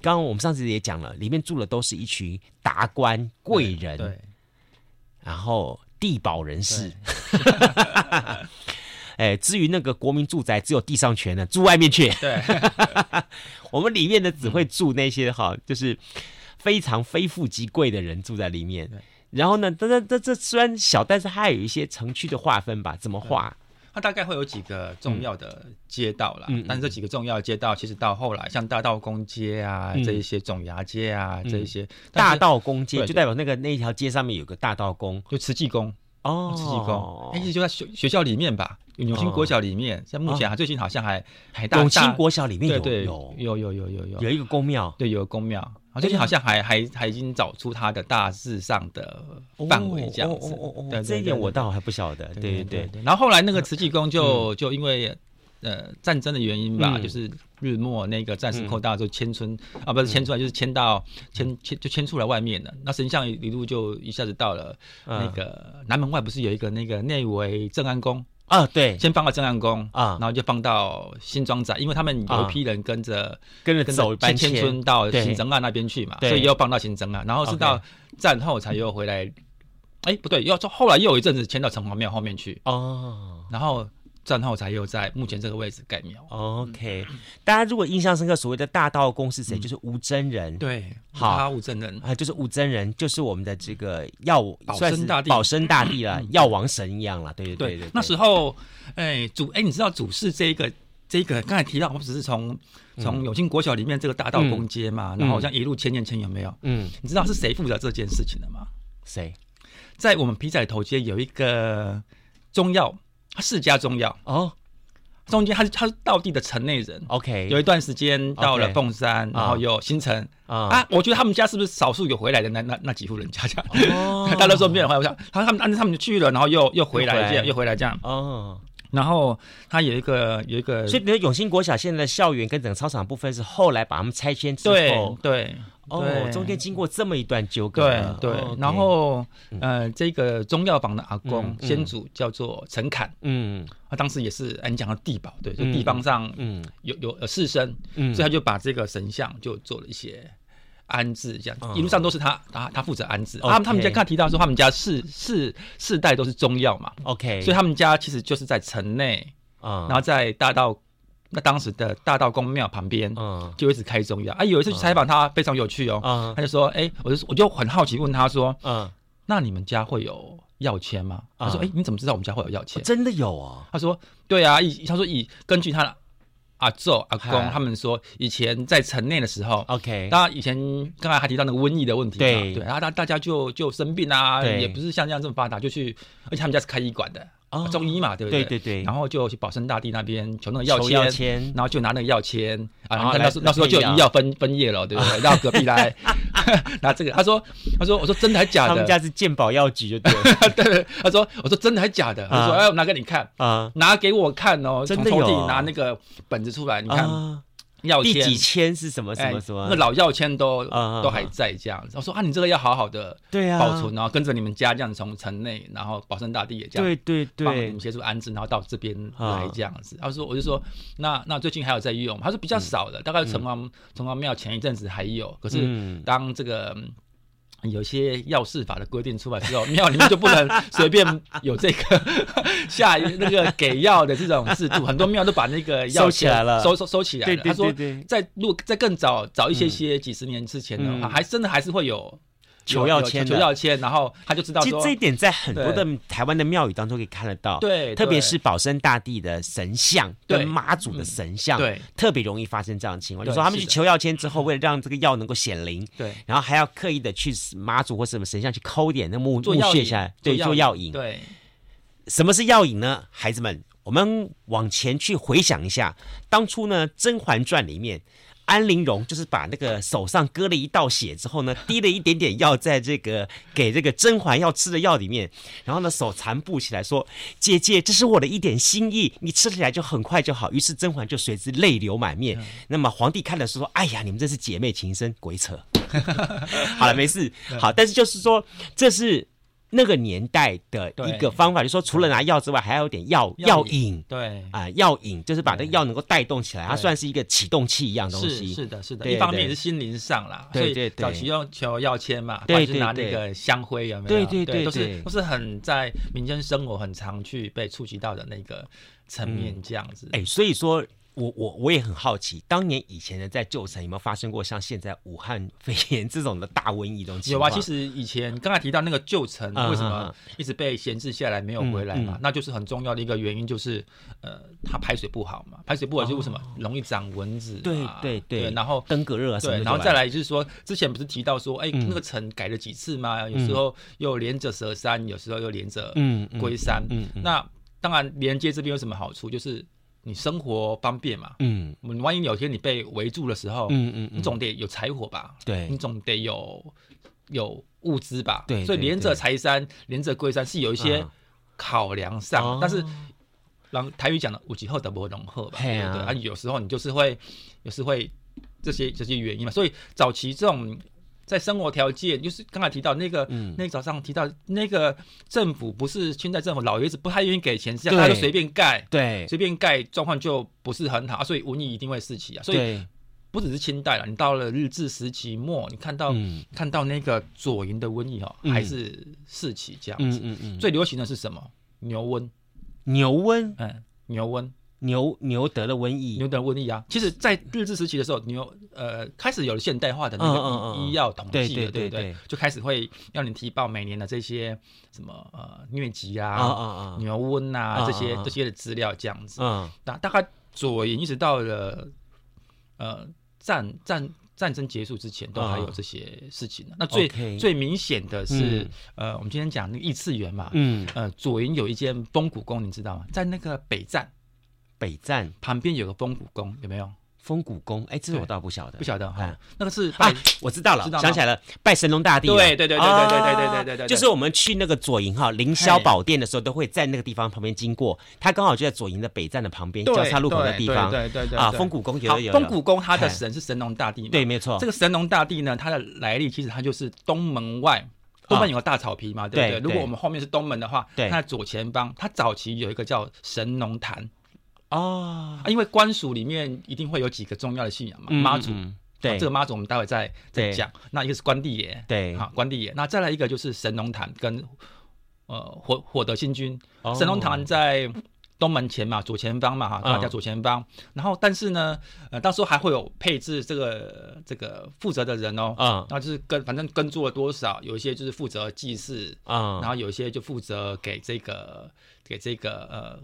Speaker 1: 刚刚我们上次也讲了，里面住的都是一群达官贵人，
Speaker 2: 对，
Speaker 1: 然后地保人士。 (laughs) 哎，至于那个国民住宅，只有地上权的住外面去。
Speaker 2: 对，
Speaker 1: (laughs) 我们里面的只会住那些哈、
Speaker 2: 嗯
Speaker 1: 就是非常非富即贵的人住在里面
Speaker 2: 对。
Speaker 1: 然后呢，这这这这虽然小，但是它还有一些城区的划分吧？怎么划？
Speaker 2: 它大概会有几个重要的街道啦，
Speaker 1: 嗯嗯
Speaker 2: 但是这几个重要的街道，其实到后来像大道公街啊，
Speaker 1: 嗯
Speaker 2: 这一些总衙街啊，这一些但
Speaker 1: 大
Speaker 2: 是
Speaker 1: 道公
Speaker 2: 对
Speaker 1: 街
Speaker 2: 对
Speaker 1: 就代表那个那一条街上面有个大道公
Speaker 2: 就慈济宫，
Speaker 1: 哦，
Speaker 2: 哎慈济宫，哎，其实就在学学校里面吧，永清国小里面，像目前啊，最近好像还还大
Speaker 1: 哦永清
Speaker 2: 大
Speaker 1: 国小里面
Speaker 2: 对
Speaker 1: 有
Speaker 2: 对
Speaker 1: 有
Speaker 2: 有有有有有
Speaker 1: 有一个公庙，
Speaker 2: 对，有个公庙，啊
Speaker 1: 哎
Speaker 2: 最近好像还还还已经找出它的大致上的范围这样子。
Speaker 1: 哦哦哦哦
Speaker 2: 对对
Speaker 1: 这一
Speaker 2: 对
Speaker 1: 点我倒还不晓得。对
Speaker 2: 对
Speaker 1: 对
Speaker 2: 对
Speaker 1: 对，
Speaker 2: 对。然后后来那个慈济宫就就因为呃战争的原因吧，
Speaker 1: 嗯
Speaker 2: 就是日末那个战事扩大，就迁村啊，不是迁出来，就是迁到迁迁就迁出来外面了。那神像一路就一下子到了那
Speaker 1: 嗯
Speaker 2: 个南门外，不是有一个那个内围正安宫，
Speaker 1: 啊对，
Speaker 2: 先放到正安宫。
Speaker 1: 啊
Speaker 2: 然，后就放到新庄仔，因为他们有一批人跟着
Speaker 1: 跟着
Speaker 2: 跟
Speaker 1: 走
Speaker 2: 着
Speaker 1: 一搬
Speaker 2: 迁
Speaker 1: 迁
Speaker 2: 村到
Speaker 1: 对
Speaker 2: 行政案那边去嘛，
Speaker 1: 对
Speaker 2: 所以又放到行政案，啊然后是
Speaker 1: OK
Speaker 2: 到战后才又回来，哎不对，又后来又有一阵子迁到城隍庙后面去，
Speaker 1: 哦。
Speaker 2: 然后战后才又在目前这个位置盖庙。
Speaker 1: OK，大家如果印象深刻，所谓的大道公是谁？就是吴真人，
Speaker 2: 嗯对，
Speaker 1: 好
Speaker 2: 哈武真人，
Speaker 1: 啊，就是吴真人，就是我们的这个药
Speaker 2: 保
Speaker 1: 算
Speaker 2: 生
Speaker 1: 是
Speaker 2: 大帝嗯
Speaker 1: 保生大帝了，药王神一样了，对对对对。
Speaker 2: 那时候，哎主哎，你知道主事这一个这一个，刚才提到我们只是从从永庆国小里面这个大道公街嘛，然后好像一路迁迁迁，有没有？
Speaker 1: 嗯，
Speaker 2: 你知道是谁负责这件事情的吗？
Speaker 1: 谁？
Speaker 2: 在我们皮仔头街有一个中药，他世家中药，
Speaker 1: 哦
Speaker 2: 中间他是他是道地的城内人。
Speaker 1: ，OK，
Speaker 2: 有一段时间到了
Speaker 1: OK
Speaker 2: 凤山，然后又新城
Speaker 1: 啊，
Speaker 2: 啊，我觉得他们家是不是少数有回来的那那那几户人家家？
Speaker 1: 哦
Speaker 2: (laughs) 大家都说没有回来，我想他他们按照他们去了，然后又又回
Speaker 1: 又回来
Speaker 2: 来这样，又回来这样。
Speaker 1: 哦，
Speaker 2: 然后他有一个有一个
Speaker 1: 所以你的永兴国小现在的校园跟整个操场部分是后来把它们拆迁之
Speaker 2: 对
Speaker 1: 后，
Speaker 2: 对
Speaker 1: 哦，
Speaker 2: 对
Speaker 1: 中间经过这么一段纠葛
Speaker 2: 对
Speaker 1: 了，
Speaker 2: 对
Speaker 1: 哦，OK，
Speaker 2: 然后呃，这个中药房的阿
Speaker 1: 嗯
Speaker 2: 公
Speaker 1: 嗯
Speaker 2: 先祖叫做陈侃，
Speaker 1: 嗯
Speaker 2: 他当时也是哎你讲到地保，对，就
Speaker 1: 嗯
Speaker 2: 地方上
Speaker 1: 嗯
Speaker 2: 有有有士绅，
Speaker 1: 嗯，
Speaker 2: 所以他就把这个神像就做了一些。安置这样
Speaker 1: 嗯，
Speaker 2: 一路上都是他他他负责安置。啊
Speaker 1: OK
Speaker 2: 他们他们家刚才提到说，他们家世世世代都是中药嘛，
Speaker 1: OK，
Speaker 2: 所以他们家其实就是在城内，
Speaker 1: 啊，
Speaker 2: 然后在大道那当时的大道公庙旁边
Speaker 1: 嗯
Speaker 2: 就一直开中药。啊，有一次去采访他，非常有趣哦。
Speaker 1: 啊
Speaker 2: 他就说：“哎，我就我就很好奇问他说，
Speaker 1: 啊，
Speaker 2: 那你们家会有药签吗？”
Speaker 1: 啊
Speaker 2: 他说：“哎，你怎么知道我们家会有药签
Speaker 1: 真的有哦？”，
Speaker 2: 他说：“对啊，以他说以根据他的阿昼阿
Speaker 1: 嗨
Speaker 2: 公他们说，以前在城内的时候。”
Speaker 1: OK，
Speaker 2: 大家以前刚才还提到那个瘟疫的问题嘛，
Speaker 1: 对
Speaker 2: 对，然后啊大大家就就生病啊，
Speaker 1: 对
Speaker 2: 也不是像这样这么发达，就去，而且他们家是开医馆的，
Speaker 1: 哦
Speaker 2: 中医嘛，对不
Speaker 1: 对
Speaker 2: 对
Speaker 1: 对对，
Speaker 2: 然后就去保生大帝那边求那个药
Speaker 1: 求药
Speaker 2: 签，
Speaker 1: 签
Speaker 2: 然后就拿那个药签啊，
Speaker 1: 然后
Speaker 2: 然后
Speaker 1: 来
Speaker 2: 那时候那时候就有医药分分业了，对
Speaker 1: 哦
Speaker 2: 不对？到隔壁
Speaker 1: (laughs)
Speaker 2: 来拿这个，他说他说我说真的还假
Speaker 1: 他们家
Speaker 2: 的？
Speaker 1: 是鉴宝药局就对
Speaker 2: (laughs)
Speaker 1: 了
Speaker 2: 对 (laughs) 对，对他说我说真的还假的？
Speaker 1: 啊
Speaker 2: 他说哎，我拿给你看，
Speaker 1: 啊，
Speaker 2: 拿给我看哦，
Speaker 1: 真
Speaker 2: 从
Speaker 1: 的
Speaker 2: 抽
Speaker 1: 有
Speaker 2: 屉拿那个本子出来，你看
Speaker 1: 啊
Speaker 2: 药
Speaker 1: 第
Speaker 2: 签
Speaker 1: 几签是什么什
Speaker 2: 哎
Speaker 1: 么什么
Speaker 2: 那？老药签都
Speaker 1: 啊啊
Speaker 2: 都还在这样子。我说啊，你这个要好好的
Speaker 1: 对啊，
Speaker 2: 保存，然后跟着你们家这样从城内，然后保生大帝也这样
Speaker 1: 对对
Speaker 2: 帮你们
Speaker 1: 对，
Speaker 2: 协助安置，然后到这边
Speaker 1: 啊嗯
Speaker 2: 来这样子。他说，我就说，那那最近还有在用吗？他说比较少了，大概城隍城隍庙前一阵子还有，可是
Speaker 1: 嗯
Speaker 2: 当这个。嗯有些药事法的规定出来之后，庙里面就不能随便有这个 (laughs) 下那个给药的这种制度，很多庙都把那个药
Speaker 1: 收起来了
Speaker 2: 收收收起来
Speaker 1: 对
Speaker 2: 了。
Speaker 1: 对
Speaker 2: 他
Speaker 1: 对
Speaker 2: 说，
Speaker 1: 对，
Speaker 2: 在如果在更早早一些些几十年之前的话，
Speaker 1: 嗯
Speaker 2: 还真的还是会有
Speaker 1: 求
Speaker 2: 有
Speaker 1: 药
Speaker 2: 有
Speaker 1: 签
Speaker 2: 求
Speaker 1: 的
Speaker 2: 药签，然后他就知道
Speaker 1: 其实
Speaker 2: 说哦
Speaker 1: 这一点在很多的台湾的庙宇当中可以看得到，
Speaker 2: 对，
Speaker 1: 特别
Speaker 2: 对
Speaker 1: 是保生大帝的神像
Speaker 2: 对嗯
Speaker 1: 跟妈祖的神像，
Speaker 2: 对
Speaker 1: 特别容易发生这样的情况。
Speaker 2: 对
Speaker 1: 就说他们去
Speaker 2: 是的
Speaker 1: 求药签之后，为了让这个药能够显灵，
Speaker 2: 对
Speaker 1: 然后还要刻意的去妈祖或什么神像去抠点那木
Speaker 2: 做
Speaker 1: 木
Speaker 2: 药
Speaker 1: 屑
Speaker 2: 引
Speaker 1: 下来，对，做
Speaker 2: 做
Speaker 1: 药
Speaker 2: 药
Speaker 1: 引。
Speaker 2: 对，
Speaker 1: 什么是药引呢？孩子们，我们往前去回想一下，当初呢《甄嬛传》里面。安陵容就是把那个手上割了一道血之后呢，滴了一点点药在这个给这个甄嬛要吃的药里面，然后呢手残布起来说：“姐姐，这是我的一点心意，你吃起来就很快就好。”于是甄嬛就随之泪流满面。那么皇帝看了说：“哎呀，你们真是姐妹情深，鬼扯。”好了，没事。好，但是就是说，这是那个年代的一个
Speaker 2: 对
Speaker 1: 方法，就是说除了拿药之外，还要有点药
Speaker 2: 药
Speaker 1: 药引
Speaker 2: 对，
Speaker 1: 啊，药引就是把这个药能够带动起来，它
Speaker 2: 对
Speaker 1: 算是一个启动器一样东
Speaker 2: 是
Speaker 1: 西。
Speaker 2: 是的，是的，
Speaker 1: 对
Speaker 2: 一方
Speaker 1: 对
Speaker 2: 面也是心灵上啦，
Speaker 1: 对
Speaker 2: 所以
Speaker 1: 对对
Speaker 2: 早期用求药签嘛，
Speaker 1: 对
Speaker 2: 或者是
Speaker 1: 对
Speaker 2: 拿
Speaker 1: 对
Speaker 2: 那个香灰有没有？
Speaker 1: 对对对
Speaker 2: 都
Speaker 1: 对
Speaker 2: 是都是很在民间生活很常去被触及到的那个层面这样子。
Speaker 1: 哎，所以说。我我我也很好奇，当年以前的在旧城有没有发生过像现在武汉肺炎这种的大瘟疫这种情
Speaker 2: 有
Speaker 1: 况？
Speaker 2: 啊，其实以前刚才提到那个旧城
Speaker 1: 嗯
Speaker 2: 为什
Speaker 1: 嗯
Speaker 2: 么一直被闲置下来没有回来
Speaker 1: 嗯
Speaker 2: 嘛，
Speaker 1: 嗯
Speaker 2: 那就是很重要的一个原因，就是呃，它排水不好嘛，排水不好就为什么容易长蚊子嘛、
Speaker 1: 嗯
Speaker 2: 啊
Speaker 1: 对对
Speaker 2: 对然后
Speaker 1: 登革热啊什么
Speaker 2: 对，
Speaker 1: 的，
Speaker 2: 然后再
Speaker 1: 来嗯
Speaker 2: 来就是说，之前不是提到说，哎、那个城改了几次嘛？有时候又连着蛇山，有时候又连着
Speaker 1: 嗯嗯
Speaker 2: 龟山。
Speaker 1: 嗯
Speaker 2: 那当然，连接这边有什么好处？就是你生活方便嘛。
Speaker 1: 嗯
Speaker 2: 你万一有天你被围住的时候，
Speaker 1: 嗯嗯，
Speaker 2: 你总得有柴火吧？
Speaker 1: 对
Speaker 2: 你总得有有物资吧？
Speaker 1: 对
Speaker 2: 所以
Speaker 1: 对
Speaker 2: 连着
Speaker 1: 对
Speaker 2: 柴山，连着龟山是有一些
Speaker 1: 嗯
Speaker 2: 考量上，
Speaker 1: 哦
Speaker 2: 但是。让台语讲的五级后的不融合吧，
Speaker 1: 嘿
Speaker 2: 对
Speaker 1: 啊
Speaker 2: 不对？啊，有时候你就是会，有时会这些这些原因嘛。所以早期这种在生活条件，就是刚才提到那个，
Speaker 1: 嗯
Speaker 2: 那个早上提到那个政府不是现在政府老爷子不太愿意给钱，这样
Speaker 1: 对
Speaker 2: 大家就随便盖，
Speaker 1: 对
Speaker 2: 随便盖状况就不是很好，啊所以文艺一定会四起啊。所以
Speaker 1: 对，
Speaker 2: 不只是清代了，你到了日治时期末，你看到、
Speaker 1: 嗯
Speaker 2: 看到那个左营的瘟疫哦，
Speaker 1: 嗯
Speaker 2: 还是四起这样
Speaker 1: 嗯
Speaker 2: 子。
Speaker 1: 嗯嗯，
Speaker 2: 最流行的是什么？牛瘟，
Speaker 1: 牛瘟
Speaker 2: 嗯，牛瘟，
Speaker 1: 牛牛得了瘟疫
Speaker 2: 牛，的瘟疫啊。其实，在日治时期的时候，牛呃开始有了现代化的那
Speaker 1: 嗯嗯
Speaker 2: 个
Speaker 1: 嗯
Speaker 2: 医医药统计
Speaker 1: 对对
Speaker 2: 了，不
Speaker 1: 对
Speaker 2: 对
Speaker 1: 对
Speaker 2: 就开始会要你提报每年的这些什么呃疟疾啊、
Speaker 1: 啊啊
Speaker 2: 牛瘟啊
Speaker 1: 啊
Speaker 2: 这些
Speaker 1: 啊啊
Speaker 2: 这些的资料这样子。
Speaker 1: 啊，
Speaker 2: 大大概左营一直到了呃战战战争结束之前，都还有这些事情呢、那最
Speaker 1: 啊 OK
Speaker 2: 最明显的是、
Speaker 1: 嗯
Speaker 2: 呃，我们今天讲那个异次元嘛，
Speaker 1: 嗯，
Speaker 2: 呃，左营有一间风谷宫，你知道吗？在那个北站
Speaker 1: 北站
Speaker 2: 旁边有个风谷宫，有没有？
Speaker 1: 风谷宫，哎，这个我
Speaker 2: 对
Speaker 1: 倒不晓得，
Speaker 2: 不晓得哈、
Speaker 1: 啊
Speaker 2: 那个是拜、
Speaker 1: 啊，我知道了，
Speaker 2: 知道吗
Speaker 1: 想起来了，拜神农大帝了。
Speaker 2: 对对对对对
Speaker 1: 啊
Speaker 2: 对对对对对对对
Speaker 1: 就是我们去那个左营哈凌霄宝殿的时候，都会在那个地方旁边经过，它刚好就在左营的北站的旁边
Speaker 2: 对
Speaker 1: 交叉路口的地
Speaker 2: 对
Speaker 1: 方
Speaker 2: 对对对对
Speaker 1: 啊，
Speaker 2: 对
Speaker 1: 风谷宫有
Speaker 2: 好
Speaker 1: 有有
Speaker 2: 风谷宫，它的
Speaker 1: 嘿
Speaker 2: 神是神农大帝嘛？
Speaker 1: 对，没错，
Speaker 2: 这个神农大帝呢，它的来历其实它就是东门外，东门有个大草皮嘛，对不
Speaker 1: 啊对
Speaker 2: 对？如果
Speaker 1: 对
Speaker 2: 我们后面是东门的话，
Speaker 1: 对
Speaker 2: 它的左前方，它早期有一个叫神农坛
Speaker 1: 哦，
Speaker 2: 啊，因为官署里面一定会有几个重要的信仰嘛，
Speaker 1: 嗯
Speaker 2: 妈祖，
Speaker 1: 嗯嗯对
Speaker 2: 啊这个妈祖我们待会再再
Speaker 1: 对
Speaker 2: 讲。那一个是关帝爷，
Speaker 1: 对
Speaker 2: 好，关帝爷，那再来一个就是神农坛跟呃火火德星君，
Speaker 1: 哦
Speaker 2: 神农坛在东门前嘛，左前方嘛哈，
Speaker 1: 嗯
Speaker 2: 大家左前方。然后但是呢，呃，到时候还会有配置这个这个负责的人哦，
Speaker 1: 嗯
Speaker 2: 那就是跟反正跟做了多少，有一些就是负责祭祀，然
Speaker 1: 啊
Speaker 2: 后有一些就负责给这个给这个呃。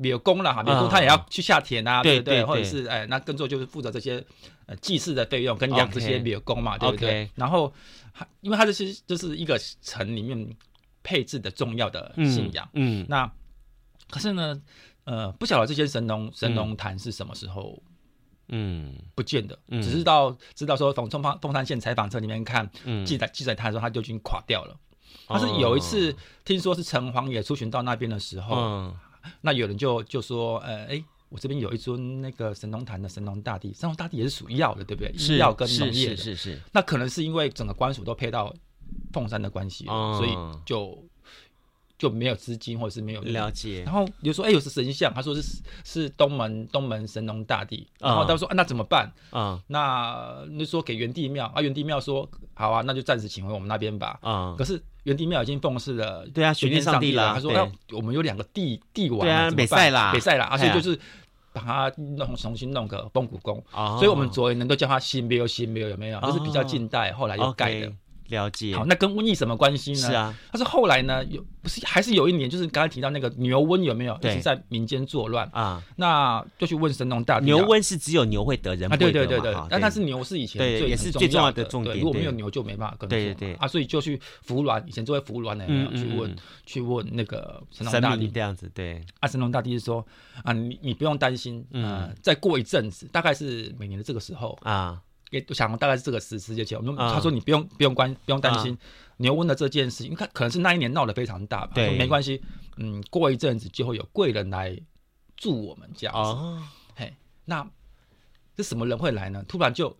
Speaker 2: 柳工了哈，
Speaker 1: 嗯
Speaker 2: 柳工他也要去下田啊，
Speaker 1: 对
Speaker 2: 不对？
Speaker 1: 对
Speaker 2: 或者
Speaker 1: 对
Speaker 2: 是哎，那更做就是负责这些呃祭祀的费用跟养这些
Speaker 1: OK
Speaker 2: 柳工嘛，对不对
Speaker 1: OK？
Speaker 2: 然后，还因为它这些就是一个城里面配置的重要的信仰，，
Speaker 1: 嗯嗯
Speaker 2: 那可是呢，呃，不晓得这些神农神农坛是什么时候
Speaker 1: 嗯
Speaker 2: 不见的，
Speaker 1: 嗯
Speaker 2: 只知道知道说从中方凤山县采访车里面看
Speaker 1: 嗯
Speaker 2: 记载记载他说他就已经垮掉了。
Speaker 1: 哦
Speaker 2: 但是有一次、听说是城隍爷出巡到那边的时候，
Speaker 1: 嗯
Speaker 2: 那有人就就说，呃，哎。我这边有一尊那个神农坛的神农大帝，神农大帝也是属药的，对不对？医
Speaker 1: 是
Speaker 2: 药跟农
Speaker 1: 是
Speaker 2: 业的
Speaker 1: 是，是是
Speaker 2: 那可能是因为整个官署都配到凤山的关系了，
Speaker 1: 哦
Speaker 2: 所以就就没有资金或者是没有
Speaker 1: 了解
Speaker 2: 然后就说：“哎、有是神像。”他说是是东门东门神农大帝。
Speaker 1: 啊
Speaker 2: 然后他说、啊：“那怎么办
Speaker 1: 啊？”
Speaker 2: 那那说给原地庙啊，原地庙说：“好啊，那就暂时请回我们那边吧。
Speaker 1: 啊
Speaker 2: 可是原地庙已经奉祀了，
Speaker 1: 对啊玄天上
Speaker 2: 上
Speaker 1: 帝啦
Speaker 2: 他说：“
Speaker 1: 对
Speaker 2: 啊，我们有两个帝帝王，
Speaker 1: 对啊
Speaker 2: 怎么办
Speaker 1: 北塞啦
Speaker 2: 北塞啦，啊，
Speaker 1: 对
Speaker 2: 所
Speaker 1: 啊
Speaker 2: 以就是把它弄重新弄个风谷宫。
Speaker 1: 哦
Speaker 2: 所以我们左人都叫它新庙，新庙有没有？
Speaker 1: 哦
Speaker 2: 就是比较近代后来又盖的
Speaker 1: OK，。了解
Speaker 2: 好，那跟瘟疫什么关系呢？
Speaker 1: 是啊
Speaker 2: 但是后来呢，有不是还是有一年，就是刚才提到那个牛瘟有没有？
Speaker 1: 对
Speaker 2: 一直在民间作乱，
Speaker 1: 啊，
Speaker 2: 那就去问神农大帝啊
Speaker 1: 牛瘟是只有牛会得，人
Speaker 2: 啊，
Speaker 1: 不
Speaker 2: 对
Speaker 1: 会
Speaker 2: 对
Speaker 1: 得
Speaker 2: 对
Speaker 1: 嘛
Speaker 2: 对
Speaker 1: 哈，
Speaker 2: 但但是牛是以前
Speaker 1: 对
Speaker 2: 最
Speaker 1: 也是最重要
Speaker 2: 要
Speaker 1: 的重点
Speaker 2: 对如果没有
Speaker 1: 对
Speaker 2: 牛就没办法耕作嘛，
Speaker 1: 对对对
Speaker 2: 啊，所以就去服卵，以前就会服卵的，有没有
Speaker 1: 嗯嗯
Speaker 2: 去问
Speaker 1: 嗯
Speaker 2: 去问那个神农
Speaker 1: 神
Speaker 2: 大
Speaker 1: 明
Speaker 2: 帝
Speaker 1: 这样子，对，
Speaker 2: 啊，神农大帝就说啊，你你不用担心，呃
Speaker 1: 嗯，
Speaker 2: 再过一阵子，大概是每年的这个时候，
Speaker 1: 啊，
Speaker 2: 也我想大概是这个时时间前，我们、
Speaker 1: 嗯
Speaker 2: 他说你不用不用关不用担心牛瘟的这件事情，因为他可能是那一年闹得非常大吧，
Speaker 1: 对
Speaker 2: 说没关系，嗯，过一阵子就会有贵人来助我们这样子。
Speaker 1: 哦，
Speaker 2: 嘿，那这什么人会来呢？突然就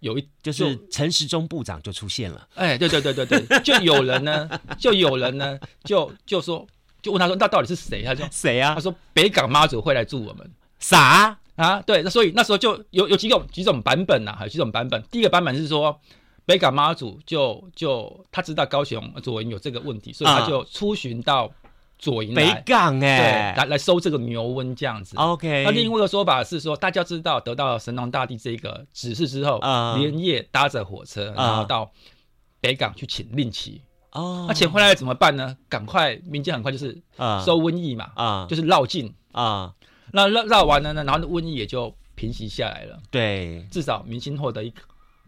Speaker 2: 有一
Speaker 1: 就是陈时中部长就出现了，
Speaker 2: 哎，对对对对对，就有人呢，就有人呢，就就说就问他说那到底是 (laughs) 谁？他说
Speaker 1: 谁啊
Speaker 2: 他？说北港妈祖会来助我们。
Speaker 1: 啥？
Speaker 2: 啊，对，那所以那时候就有有几种几种版本呐、啊，有几种版本。第一个版本是说，北港妈祖就就他知道高雄左营有这个问题，所以他就出巡到左
Speaker 1: 嗯
Speaker 2: 营
Speaker 1: 北
Speaker 2: 来，
Speaker 1: 港
Speaker 2: 对，
Speaker 1: 哎、
Speaker 2: 来来收这个牛瘟这样子。
Speaker 1: o k
Speaker 2: 那另外一个说法是说，大家知道得到神农大帝这个指示之后，
Speaker 1: 啊
Speaker 2: 连夜搭着火车，
Speaker 1: 啊
Speaker 2: 然后到北港去请令旗。
Speaker 1: 哦，
Speaker 2: 那请回来怎么办呢？赶快，民间很快就是
Speaker 1: 啊
Speaker 2: 收瘟疫嘛，
Speaker 1: 啊
Speaker 2: 就是绕境。
Speaker 1: 啊，
Speaker 2: 那绕绕完了呢，然后瘟疫也就平息下来了，
Speaker 1: 对，
Speaker 2: 至少民心获得一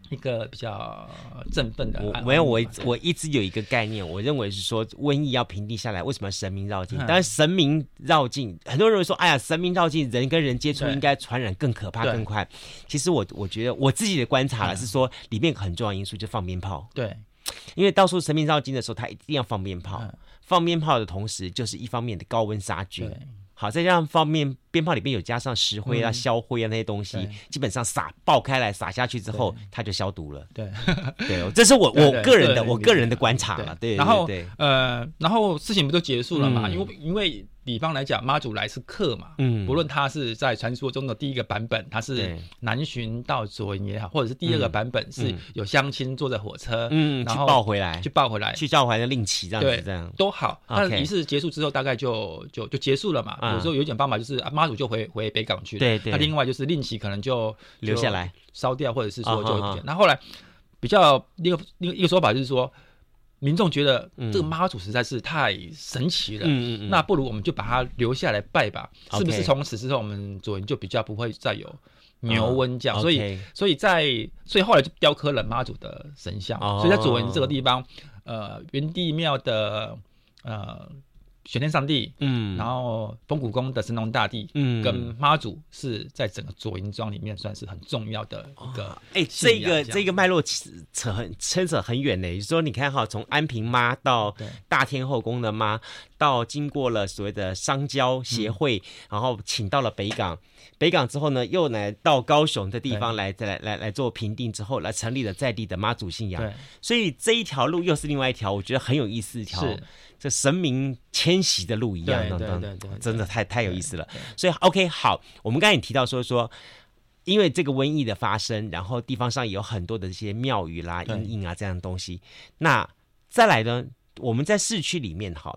Speaker 2: 一个比较振奋的
Speaker 1: 我
Speaker 2: 案。
Speaker 1: 没有，我我一直有一个概念，我认为是说瘟疫要平定下来，为什么要神明绕境？
Speaker 2: 嗯
Speaker 1: 当然，神明绕境，很多人说，哎呀，神明绕境，人跟人接触
Speaker 2: 对
Speaker 1: 应该传染更可怕、
Speaker 2: 对
Speaker 1: 更快。其实我我觉得我自己的观察了是说，里面很重要的因素就放鞭炮，
Speaker 2: 对
Speaker 1: 因为到处神明绕境的时候，他一定要放鞭炮。
Speaker 2: 嗯
Speaker 1: 放鞭炮的同时，就是一方面的高温杀菌
Speaker 2: 对，嗯
Speaker 1: 好，再加上方面鞭炮里面有加上石灰啊、硝灰啊那些东西
Speaker 2: 对，
Speaker 1: 基本上撒爆开来撒下去之后，它就消毒了。 (laughs)
Speaker 2: 对。
Speaker 1: 对，这是我
Speaker 2: 对
Speaker 1: 我
Speaker 2: 对
Speaker 1: 个人的
Speaker 2: 对
Speaker 1: 我
Speaker 2: 对
Speaker 1: 个人的观察
Speaker 2: 对
Speaker 1: 了。啊对，
Speaker 2: 然后
Speaker 1: 对，对
Speaker 2: 呃，然后事情不就结束了嘛？
Speaker 1: 嗯
Speaker 2: 因为因为比方来讲，妈祖来是客嘛，
Speaker 1: 嗯
Speaker 2: 不论他是在传说中的第一个版本，他是
Speaker 1: 对
Speaker 2: 南巡到左营也好，或者是第二个版本是有乡亲坐着火车，
Speaker 1: 嗯，去
Speaker 2: 然后
Speaker 1: 抱回来
Speaker 2: 去，抱回来，
Speaker 1: 去召回来令旗这样
Speaker 2: 对
Speaker 1: 子，这样。
Speaker 2: 都好。那
Speaker 1: OK
Speaker 2: 仪式结束之后，大概就就就结束了嘛。
Speaker 1: 嗯
Speaker 2: 有时候有一种方法就是啊妈祖就回回北港去了，
Speaker 1: 对对
Speaker 2: 那另外就是令旗可能就
Speaker 1: 留下，来，
Speaker 2: 就烧掉，或者是
Speaker 1: 啊
Speaker 2: 说就
Speaker 1: 哈哈
Speaker 2: 那后来比较另一个另一个说法就是说，民众觉得
Speaker 1: 嗯
Speaker 2: 这个妈祖实在是太神奇了。
Speaker 1: 嗯嗯嗯，
Speaker 2: 那不如我们就把它留下来拜吧，
Speaker 1: OK
Speaker 2: 是不是？从此之后，我们左营就比较不会再有牛瘟这样，
Speaker 1: 嗯
Speaker 2: 所以
Speaker 1: OK
Speaker 2: 所以在所以后来就雕刻了妈祖的神像，
Speaker 1: 哦
Speaker 2: 所以在左营这个地方，呃，元帝庙的呃玄天上帝，
Speaker 1: 嗯，
Speaker 2: 然后风谷宫的神农大帝。
Speaker 1: 嗯
Speaker 2: 跟妈祖是在整个左营庄里面算是很重要的一个，
Speaker 1: 哎，这
Speaker 2: 信
Speaker 1: 个
Speaker 2: 仰这样
Speaker 1: 这个脉络扯扯很牵扯很远呢。就是说你看哈，从安平妈到
Speaker 2: 对
Speaker 1: 大天后宫的妈，到经过了所谓的商交
Speaker 2: 嗯
Speaker 1: 协会，然后请到了北港，北港之后呢，又来到高雄的地方来再来来来做评定之后，来成立了在地的妈祖信仰。
Speaker 2: 对，
Speaker 1: 所以这一条路又是另外一条，我觉得很有意思一条
Speaker 2: 是，
Speaker 1: 这神明迁徙的路一样，
Speaker 2: 对
Speaker 1: 等等
Speaker 2: 对对对
Speaker 1: 真的太太有意思了
Speaker 2: 对。
Speaker 1: 所以 OK，好，我们刚才也提到说说。因为这个瘟疫的发生，然后地方上有很多的这些庙宇啦、
Speaker 2: 对
Speaker 1: 阴影啊这样的东西。那再来呢，我们在市区里面哈，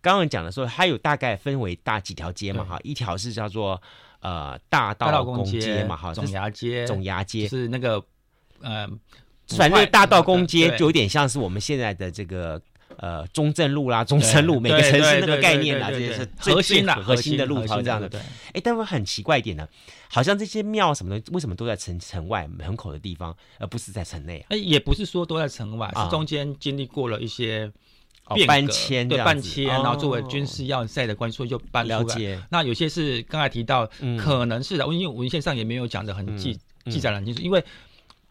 Speaker 1: 刚刚讲的说，它有大概分为大几条街嘛
Speaker 2: 对
Speaker 1: 哈，一条是叫做呃大
Speaker 2: 大道
Speaker 1: 道公街嘛哈，
Speaker 2: 总衙街、
Speaker 1: 总衙街
Speaker 2: 就，是那个，呃，
Speaker 1: 反正大道公街
Speaker 2: 嗯对
Speaker 1: 就有点像是我们现在的这个呃中正路啦、中山路，每个
Speaker 2: 对
Speaker 1: 城市
Speaker 2: 对
Speaker 1: 那个
Speaker 2: 对
Speaker 1: 概
Speaker 2: 对
Speaker 1: 念啦，啊这些
Speaker 2: 对对
Speaker 1: 是
Speaker 2: 对
Speaker 1: 最
Speaker 2: 核
Speaker 1: 最
Speaker 2: 心啦，
Speaker 1: 核心的路
Speaker 2: 核
Speaker 1: 条
Speaker 2: 心
Speaker 1: 这样的。
Speaker 2: 对，
Speaker 1: 哎，但我很奇怪一点呢，好像这些庙什么的，为什么都在城城外门口的地方，而不是在城内啊？
Speaker 2: 哎，也不是说都在城外，
Speaker 1: 啊
Speaker 2: 是中间经历过了一些
Speaker 1: 哦
Speaker 2: 变革
Speaker 1: 搬迁这
Speaker 2: 对
Speaker 1: 样
Speaker 2: 搬
Speaker 1: 子
Speaker 2: 迁，然后作为
Speaker 1: 哦
Speaker 2: 军事要塞的关系，所以就搬出
Speaker 1: 了
Speaker 2: 来。
Speaker 1: 解，
Speaker 2: 那有些是刚才提到，可能是的，因为文献上也没有讲的很记
Speaker 1: 嗯
Speaker 2: 记载得很清楚，因为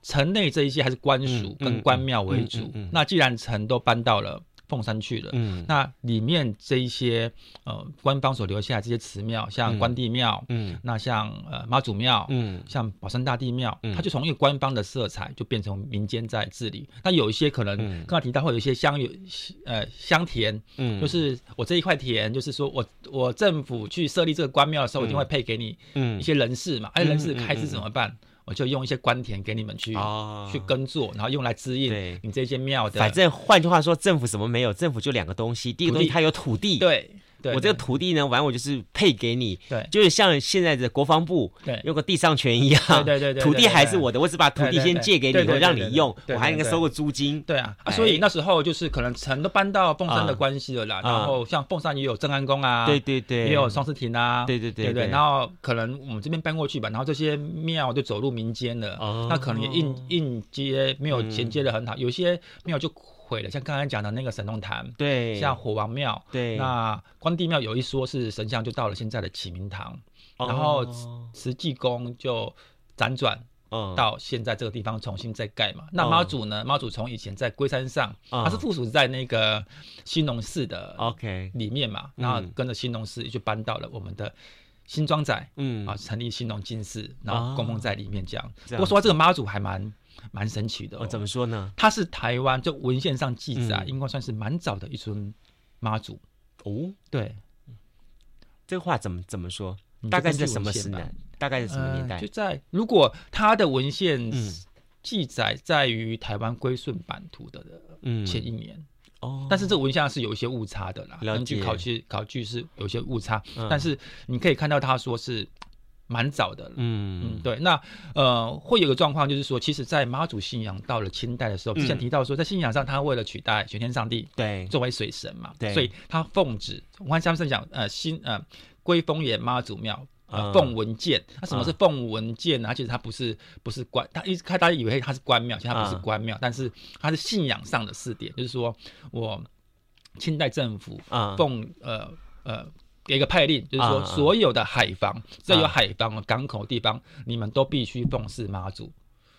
Speaker 2: 城内这一些还是官署
Speaker 1: 嗯嗯
Speaker 2: 跟官庙为
Speaker 1: 嗯嗯
Speaker 2: 主
Speaker 1: 嗯嗯。
Speaker 2: 那既然城都搬到了凤山去了，
Speaker 1: 嗯
Speaker 2: 那里面这一些呃官方所留下的这些祠庙，像关帝庙，
Speaker 1: 嗯
Speaker 2: 那像呃妈祖庙，
Speaker 1: 嗯
Speaker 2: 像宝山大帝庙，
Speaker 1: 嗯
Speaker 2: 它就从一个官方的色彩就变成民间在治理。那有一些可能
Speaker 1: 嗯
Speaker 2: 刚才提到会有一些乡有呃乡田，
Speaker 1: 嗯，
Speaker 2: 就是我这一块田，就是说我我政府去设立这个官庙的时候，我一定会配给你
Speaker 1: 嗯
Speaker 2: 一些人事嘛，哎、
Speaker 1: 嗯
Speaker 2: 人事开支怎么办？我就用一些官田给你们去、
Speaker 1: 啊
Speaker 2: 去耕作，然后用来支
Speaker 1: 对
Speaker 2: 应你这些庙的。
Speaker 1: 反正换句话说，政府什么没有？政府就两个东西，第一个东西
Speaker 2: 土地
Speaker 1: 它有土地，
Speaker 2: 对，对
Speaker 1: 我这个土地呢，完我就是配给你，
Speaker 2: 对
Speaker 1: 就是像现在的国防部
Speaker 2: 对
Speaker 1: 用个地上权一样，
Speaker 2: 对对对对
Speaker 1: 土地
Speaker 2: 对
Speaker 1: 还
Speaker 2: 对
Speaker 1: 是我的，我只把土地先借给你，
Speaker 2: 对对对
Speaker 1: 我让你用
Speaker 2: 对，对对
Speaker 1: 我还应该
Speaker 2: 对
Speaker 1: 收个租金。
Speaker 2: 对啊，啊
Speaker 1: 哎
Speaker 2: 所以那时候就是可能城都搬到凤山
Speaker 1: 啊
Speaker 2: 的关系了啦，
Speaker 1: 啊
Speaker 2: 然后像凤山也有正安宫啊，
Speaker 1: 对对对，
Speaker 2: 也有双狮亭啊，
Speaker 1: 对对对
Speaker 2: 对不
Speaker 1: 对
Speaker 2: 然后可能我们这边搬过去吧，然后这些庙就走入民间了，
Speaker 1: 哦
Speaker 2: 那可能也应应接没有衔接的很好，有些庙就毁了，像刚才讲的那个神农坛，
Speaker 1: 对，
Speaker 2: 像火王庙，
Speaker 1: 对，
Speaker 2: 那关帝庙有一说是神像就到了现在的启明堂，
Speaker 1: 哦
Speaker 2: 然后慈济宫就辗转
Speaker 1: 嗯
Speaker 2: 到现在这个地方重新再盖
Speaker 1: 哦
Speaker 2: 嘛。那妈祖呢？妈祖从以前在龟山上，
Speaker 1: 嗯
Speaker 2: 它是附属在那个兴隆寺的
Speaker 1: 哦 OK，
Speaker 2: 里面嘛，
Speaker 1: 嗯
Speaker 2: 然后跟着兴隆寺就搬到了我们的新庄仔
Speaker 1: 嗯哦
Speaker 2: 啊，，成立兴隆进士，然后供奉在里面这样。
Speaker 1: 这
Speaker 2: 不
Speaker 1: 样
Speaker 2: 过说到这个妈祖还蛮蛮神奇的、
Speaker 1: 哦，
Speaker 2: 哦，
Speaker 1: 怎么说呢？
Speaker 2: 它是台湾就文献上记载，啊
Speaker 1: 嗯
Speaker 2: 应该算是蛮早的一尊妈祖。
Speaker 1: 哦，
Speaker 2: 对，
Speaker 1: 这话怎么怎么说
Speaker 2: 你？就
Speaker 1: 大概是在
Speaker 2: 根据
Speaker 1: 什么
Speaker 2: 文
Speaker 1: 时
Speaker 2: 献吧
Speaker 1: 代？大概是什么年代
Speaker 2: 呃就？在如果它的文献
Speaker 1: 嗯
Speaker 2: 记载在于台湾归顺版图的
Speaker 1: 嗯，
Speaker 2: 前一年，
Speaker 1: 哦，
Speaker 2: 但是这个文献是有一些误差的啦，
Speaker 1: 了
Speaker 2: 根据
Speaker 1: 解
Speaker 2: 考据考据是有些误差，
Speaker 1: 嗯
Speaker 2: 但是你可以看到他说是蛮早的了。嗯
Speaker 1: 嗯，
Speaker 2: 对，那呃，会有个状况，就是说，其实，在妈祖信仰到了清代的时候，之前
Speaker 1: 嗯
Speaker 2: 提到说，在信仰上，他为了取代玄天上帝
Speaker 1: 对，
Speaker 2: 作为水神嘛
Speaker 1: 对，
Speaker 2: 所以他奉旨，我看上面讲，呃，新呃，归峰岩妈祖庙啊
Speaker 1: 嗯，
Speaker 2: 凤文剑。那什么是凤文剑呢？它其实它不是不是关，它一开大家以为它是关庙，其实它不是
Speaker 1: 嗯
Speaker 2: 关庙，但是它是信仰上的试点，就是说我清代政府
Speaker 1: 啊，
Speaker 2: 奉呃呃给一个派令，就是
Speaker 1: 啊
Speaker 2: 说
Speaker 1: 啊
Speaker 2: 所有的海防，只要有
Speaker 1: 啊
Speaker 2: 海防、港口地方，你们都必须奉祀妈祖。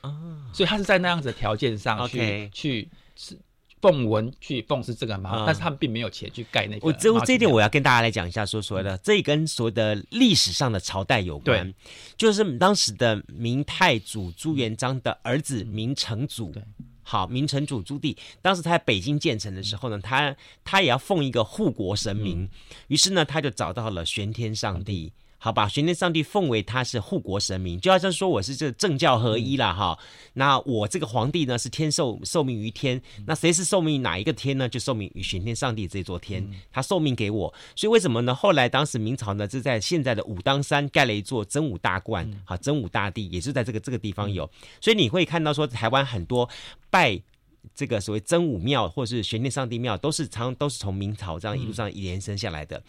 Speaker 1: 啊
Speaker 2: 所以他是在那样子的条件上去
Speaker 1: OK
Speaker 2: 去是奉文去奉祀这个妈祖，
Speaker 1: 啊
Speaker 2: 但是他们并没有钱去盖那个
Speaker 1: 我
Speaker 2: 妈祖
Speaker 1: 这
Speaker 2: 庙。
Speaker 1: 这一点我要跟大家来讲一下，说所谓
Speaker 2: 嗯
Speaker 1: 的这跟所谓的历史上的朝代有关，就是当时的明太祖朱元璋的儿子明成祖
Speaker 2: 嗯对。
Speaker 1: 好，明成祖朱棣，当时他在北京建成的时候呢，他他也要奉一个护国神
Speaker 2: 嗯
Speaker 1: 明，于是呢，他就找到了玄天上帝，好把玄天上帝奉为他是护国神明，就好像说我是这政教合一啦哈。那我这个皇帝呢是天受受命于天，那谁是受命于哪一个天呢？就受命于玄天上帝这座天，他受命给我。所以为什么呢？后来当时明朝呢就在现在的武当山盖了一座真武大观，好真武大帝也是在这个这个地方有，所以你会看到说台湾很多拜这个所谓真武庙或是玄天上帝庙，都是常都是从明朝这样一路上延伸下来的。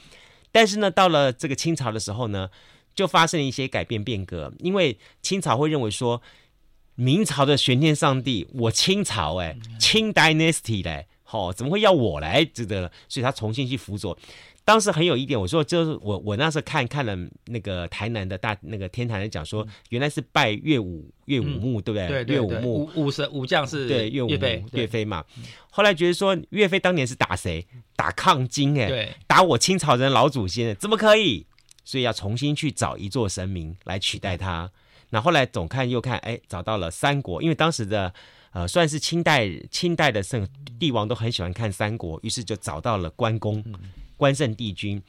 Speaker 1: 但是呢，到了这个清朝的时候呢，就发生了一些改变变革，因为清朝会认为说，明朝的玄天上帝，我清朝哎、
Speaker 2: 嗯
Speaker 1: 清 dynasty 嘞、好、怎么会要我来这个？所以他重新去辅佐。当时很有一点，我说就是我我那时候看看了那个台南的大那个天坛人讲说，原来是拜岳武岳武穆，对不对？
Speaker 2: 嗯对
Speaker 1: 岳
Speaker 2: 对
Speaker 1: 武
Speaker 2: 对，
Speaker 1: 穆
Speaker 2: 武武神武将是
Speaker 1: 对岳武穆
Speaker 2: 岳飞，
Speaker 1: 岳
Speaker 2: 对
Speaker 1: 飞嘛。后来觉得说岳飞当年是打谁？打抗金哎、
Speaker 2: 对
Speaker 1: 打我清朝人老祖先哎，怎么可以？所以要重新去找一座神明来取代他。那后来总看又看，哎，找到了三国，因为当时的呃算是清代清代的圣帝王都很喜欢看三国，于是就找到了关公、
Speaker 2: 嗯
Speaker 1: 关圣帝君。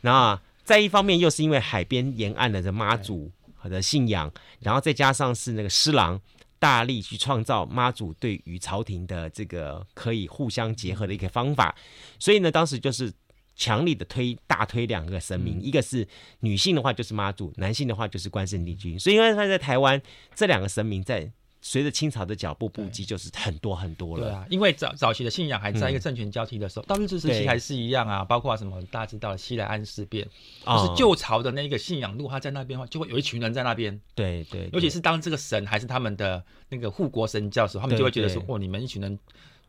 Speaker 1: 那在一方面又是因为海边沿岸的这妈祖的信仰，然后再加上是那个施琅大力去创造妈祖对于朝廷的这个可以互相结合的一个方法，所以呢，当时就是强力的推大推两个神
Speaker 2: 嗯
Speaker 1: 明，一个是女性的话就是妈祖，男性的话就是关圣帝君，所以因为他在台湾这两个神明在随着清朝的脚步步击就是很多很多
Speaker 2: 对
Speaker 1: 了，
Speaker 2: 啊，因为早早期的信仰还
Speaker 1: 嗯
Speaker 2: 在一个政权交替的时候，到日治时
Speaker 1: 对
Speaker 2: 期还是一样啊，包括什么大家知道的西来安事变，
Speaker 1: 啊
Speaker 2: 就是旧朝的那个信仰，如果他在那边的话，就会有一群人在那边，
Speaker 1: 对对，
Speaker 2: 尤其
Speaker 1: 是
Speaker 2: 是当这个神还是他们的那个护国神教的时候，他们
Speaker 1: 对
Speaker 2: 就会觉得说，
Speaker 1: 对
Speaker 2: 哦，你们一群人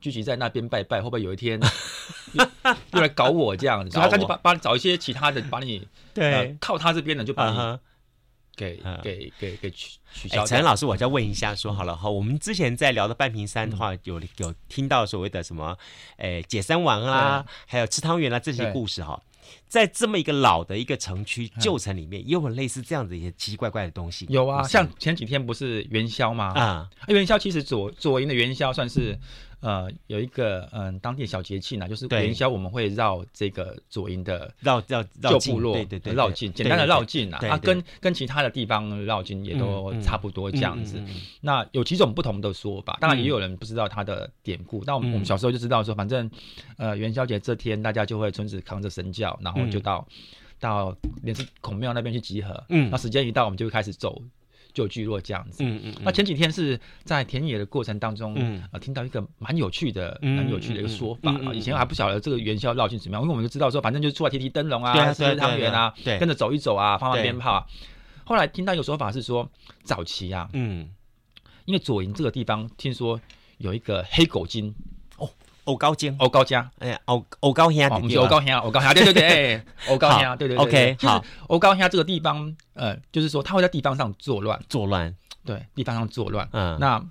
Speaker 2: 聚集在那边拜拜，会不会有一天又又来搞我这样子？
Speaker 1: 搞 (laughs) 我
Speaker 2: 所以他他就把把找一些其他的，把你呃
Speaker 1: 对
Speaker 2: 靠他这边的就把
Speaker 1: 啊
Speaker 2: 你
Speaker 1: 哈。
Speaker 2: 给
Speaker 1: 嗯
Speaker 2: 给给给取取
Speaker 1: 哎，
Speaker 2: 消
Speaker 1: 陈
Speaker 2: 掉。
Speaker 1: 老师，我再问一下，说好了哈，我们之前在聊的半瓶山的
Speaker 2: 嗯
Speaker 1: 话，有有听到所谓的什么，哎，解三王啦，还有吃汤圆啦啊这些
Speaker 2: 嗯对嗯
Speaker 1: 故事哈，在这么一个老的一个城区旧城里面，也有类似这样子一些奇奇怪怪的东西。
Speaker 2: 有啊，
Speaker 1: 是
Speaker 2: 像前几天不是元宵吗？
Speaker 1: 啊，
Speaker 2: 啊元宵其实左左营的元宵算是，呃，有一个嗯当地小节气呢，就是
Speaker 1: 对
Speaker 2: 元宵我们会绕这个左营的
Speaker 1: 绕绕绕
Speaker 2: 旧
Speaker 1: 境
Speaker 2: 部落，
Speaker 1: 对对对，
Speaker 2: 绕
Speaker 1: 对
Speaker 2: 境，简单的绕，境啊，
Speaker 1: 对
Speaker 2: 啊，
Speaker 1: 对
Speaker 2: 跟跟其他的地方绕境也都
Speaker 1: 嗯嗯
Speaker 2: 差不多
Speaker 1: 对
Speaker 2: 这样子。
Speaker 1: 嗯嗯嗯
Speaker 2: 那有几种不同的说法，当然
Speaker 1: 嗯
Speaker 2: 也有人不知道它的典故。那我们
Speaker 1: 嗯
Speaker 2: 我们小时候就知道说，反正呃元宵节这天，大家就会村子扛着神轿，然后就到到连是孔庙那边去集合。
Speaker 1: 嗯
Speaker 2: 那时间一到，我们就会开始走旧聚落这样子。
Speaker 1: 嗯嗯嗯，
Speaker 2: 那前几天是在田野的过程当中，
Speaker 1: 嗯
Speaker 2: 呃，听到一个蛮有趣的、
Speaker 1: 嗯
Speaker 2: 蛮有趣的一个说法
Speaker 1: 嗯嗯嗯
Speaker 2: 啊。以前还不晓得这个元宵绕境怎么样，因为我们就知道说，反正就出来提提灯笼
Speaker 1: 对啊
Speaker 2: 啊，吃
Speaker 1: 对啊
Speaker 2: 吃汤圆啊，
Speaker 1: 对啊对
Speaker 2: 跟着走一走啊，放放
Speaker 1: 对
Speaker 2: 鞭炮啊。后来听到一个说法是说，早期啊，
Speaker 1: 嗯，
Speaker 2: 因为左营这个地方听说有一个黑狗精
Speaker 1: 欧高尖，
Speaker 2: 欧高家，
Speaker 1: 哎呀，欧欧高兄
Speaker 2: 哦，我们
Speaker 1: 弟啊
Speaker 2: 是欧高乡，欧高乡，对对
Speaker 1: (laughs)
Speaker 2: 对，哎，欧高
Speaker 1: 好
Speaker 2: 乡，对对对
Speaker 1: OK，
Speaker 2: 就是
Speaker 1: 好
Speaker 2: 欧高乡这个地方，呃，就是说他会在地方上作乱，
Speaker 1: 作乱，
Speaker 2: 对，地方上作乱，
Speaker 1: 嗯，
Speaker 2: 那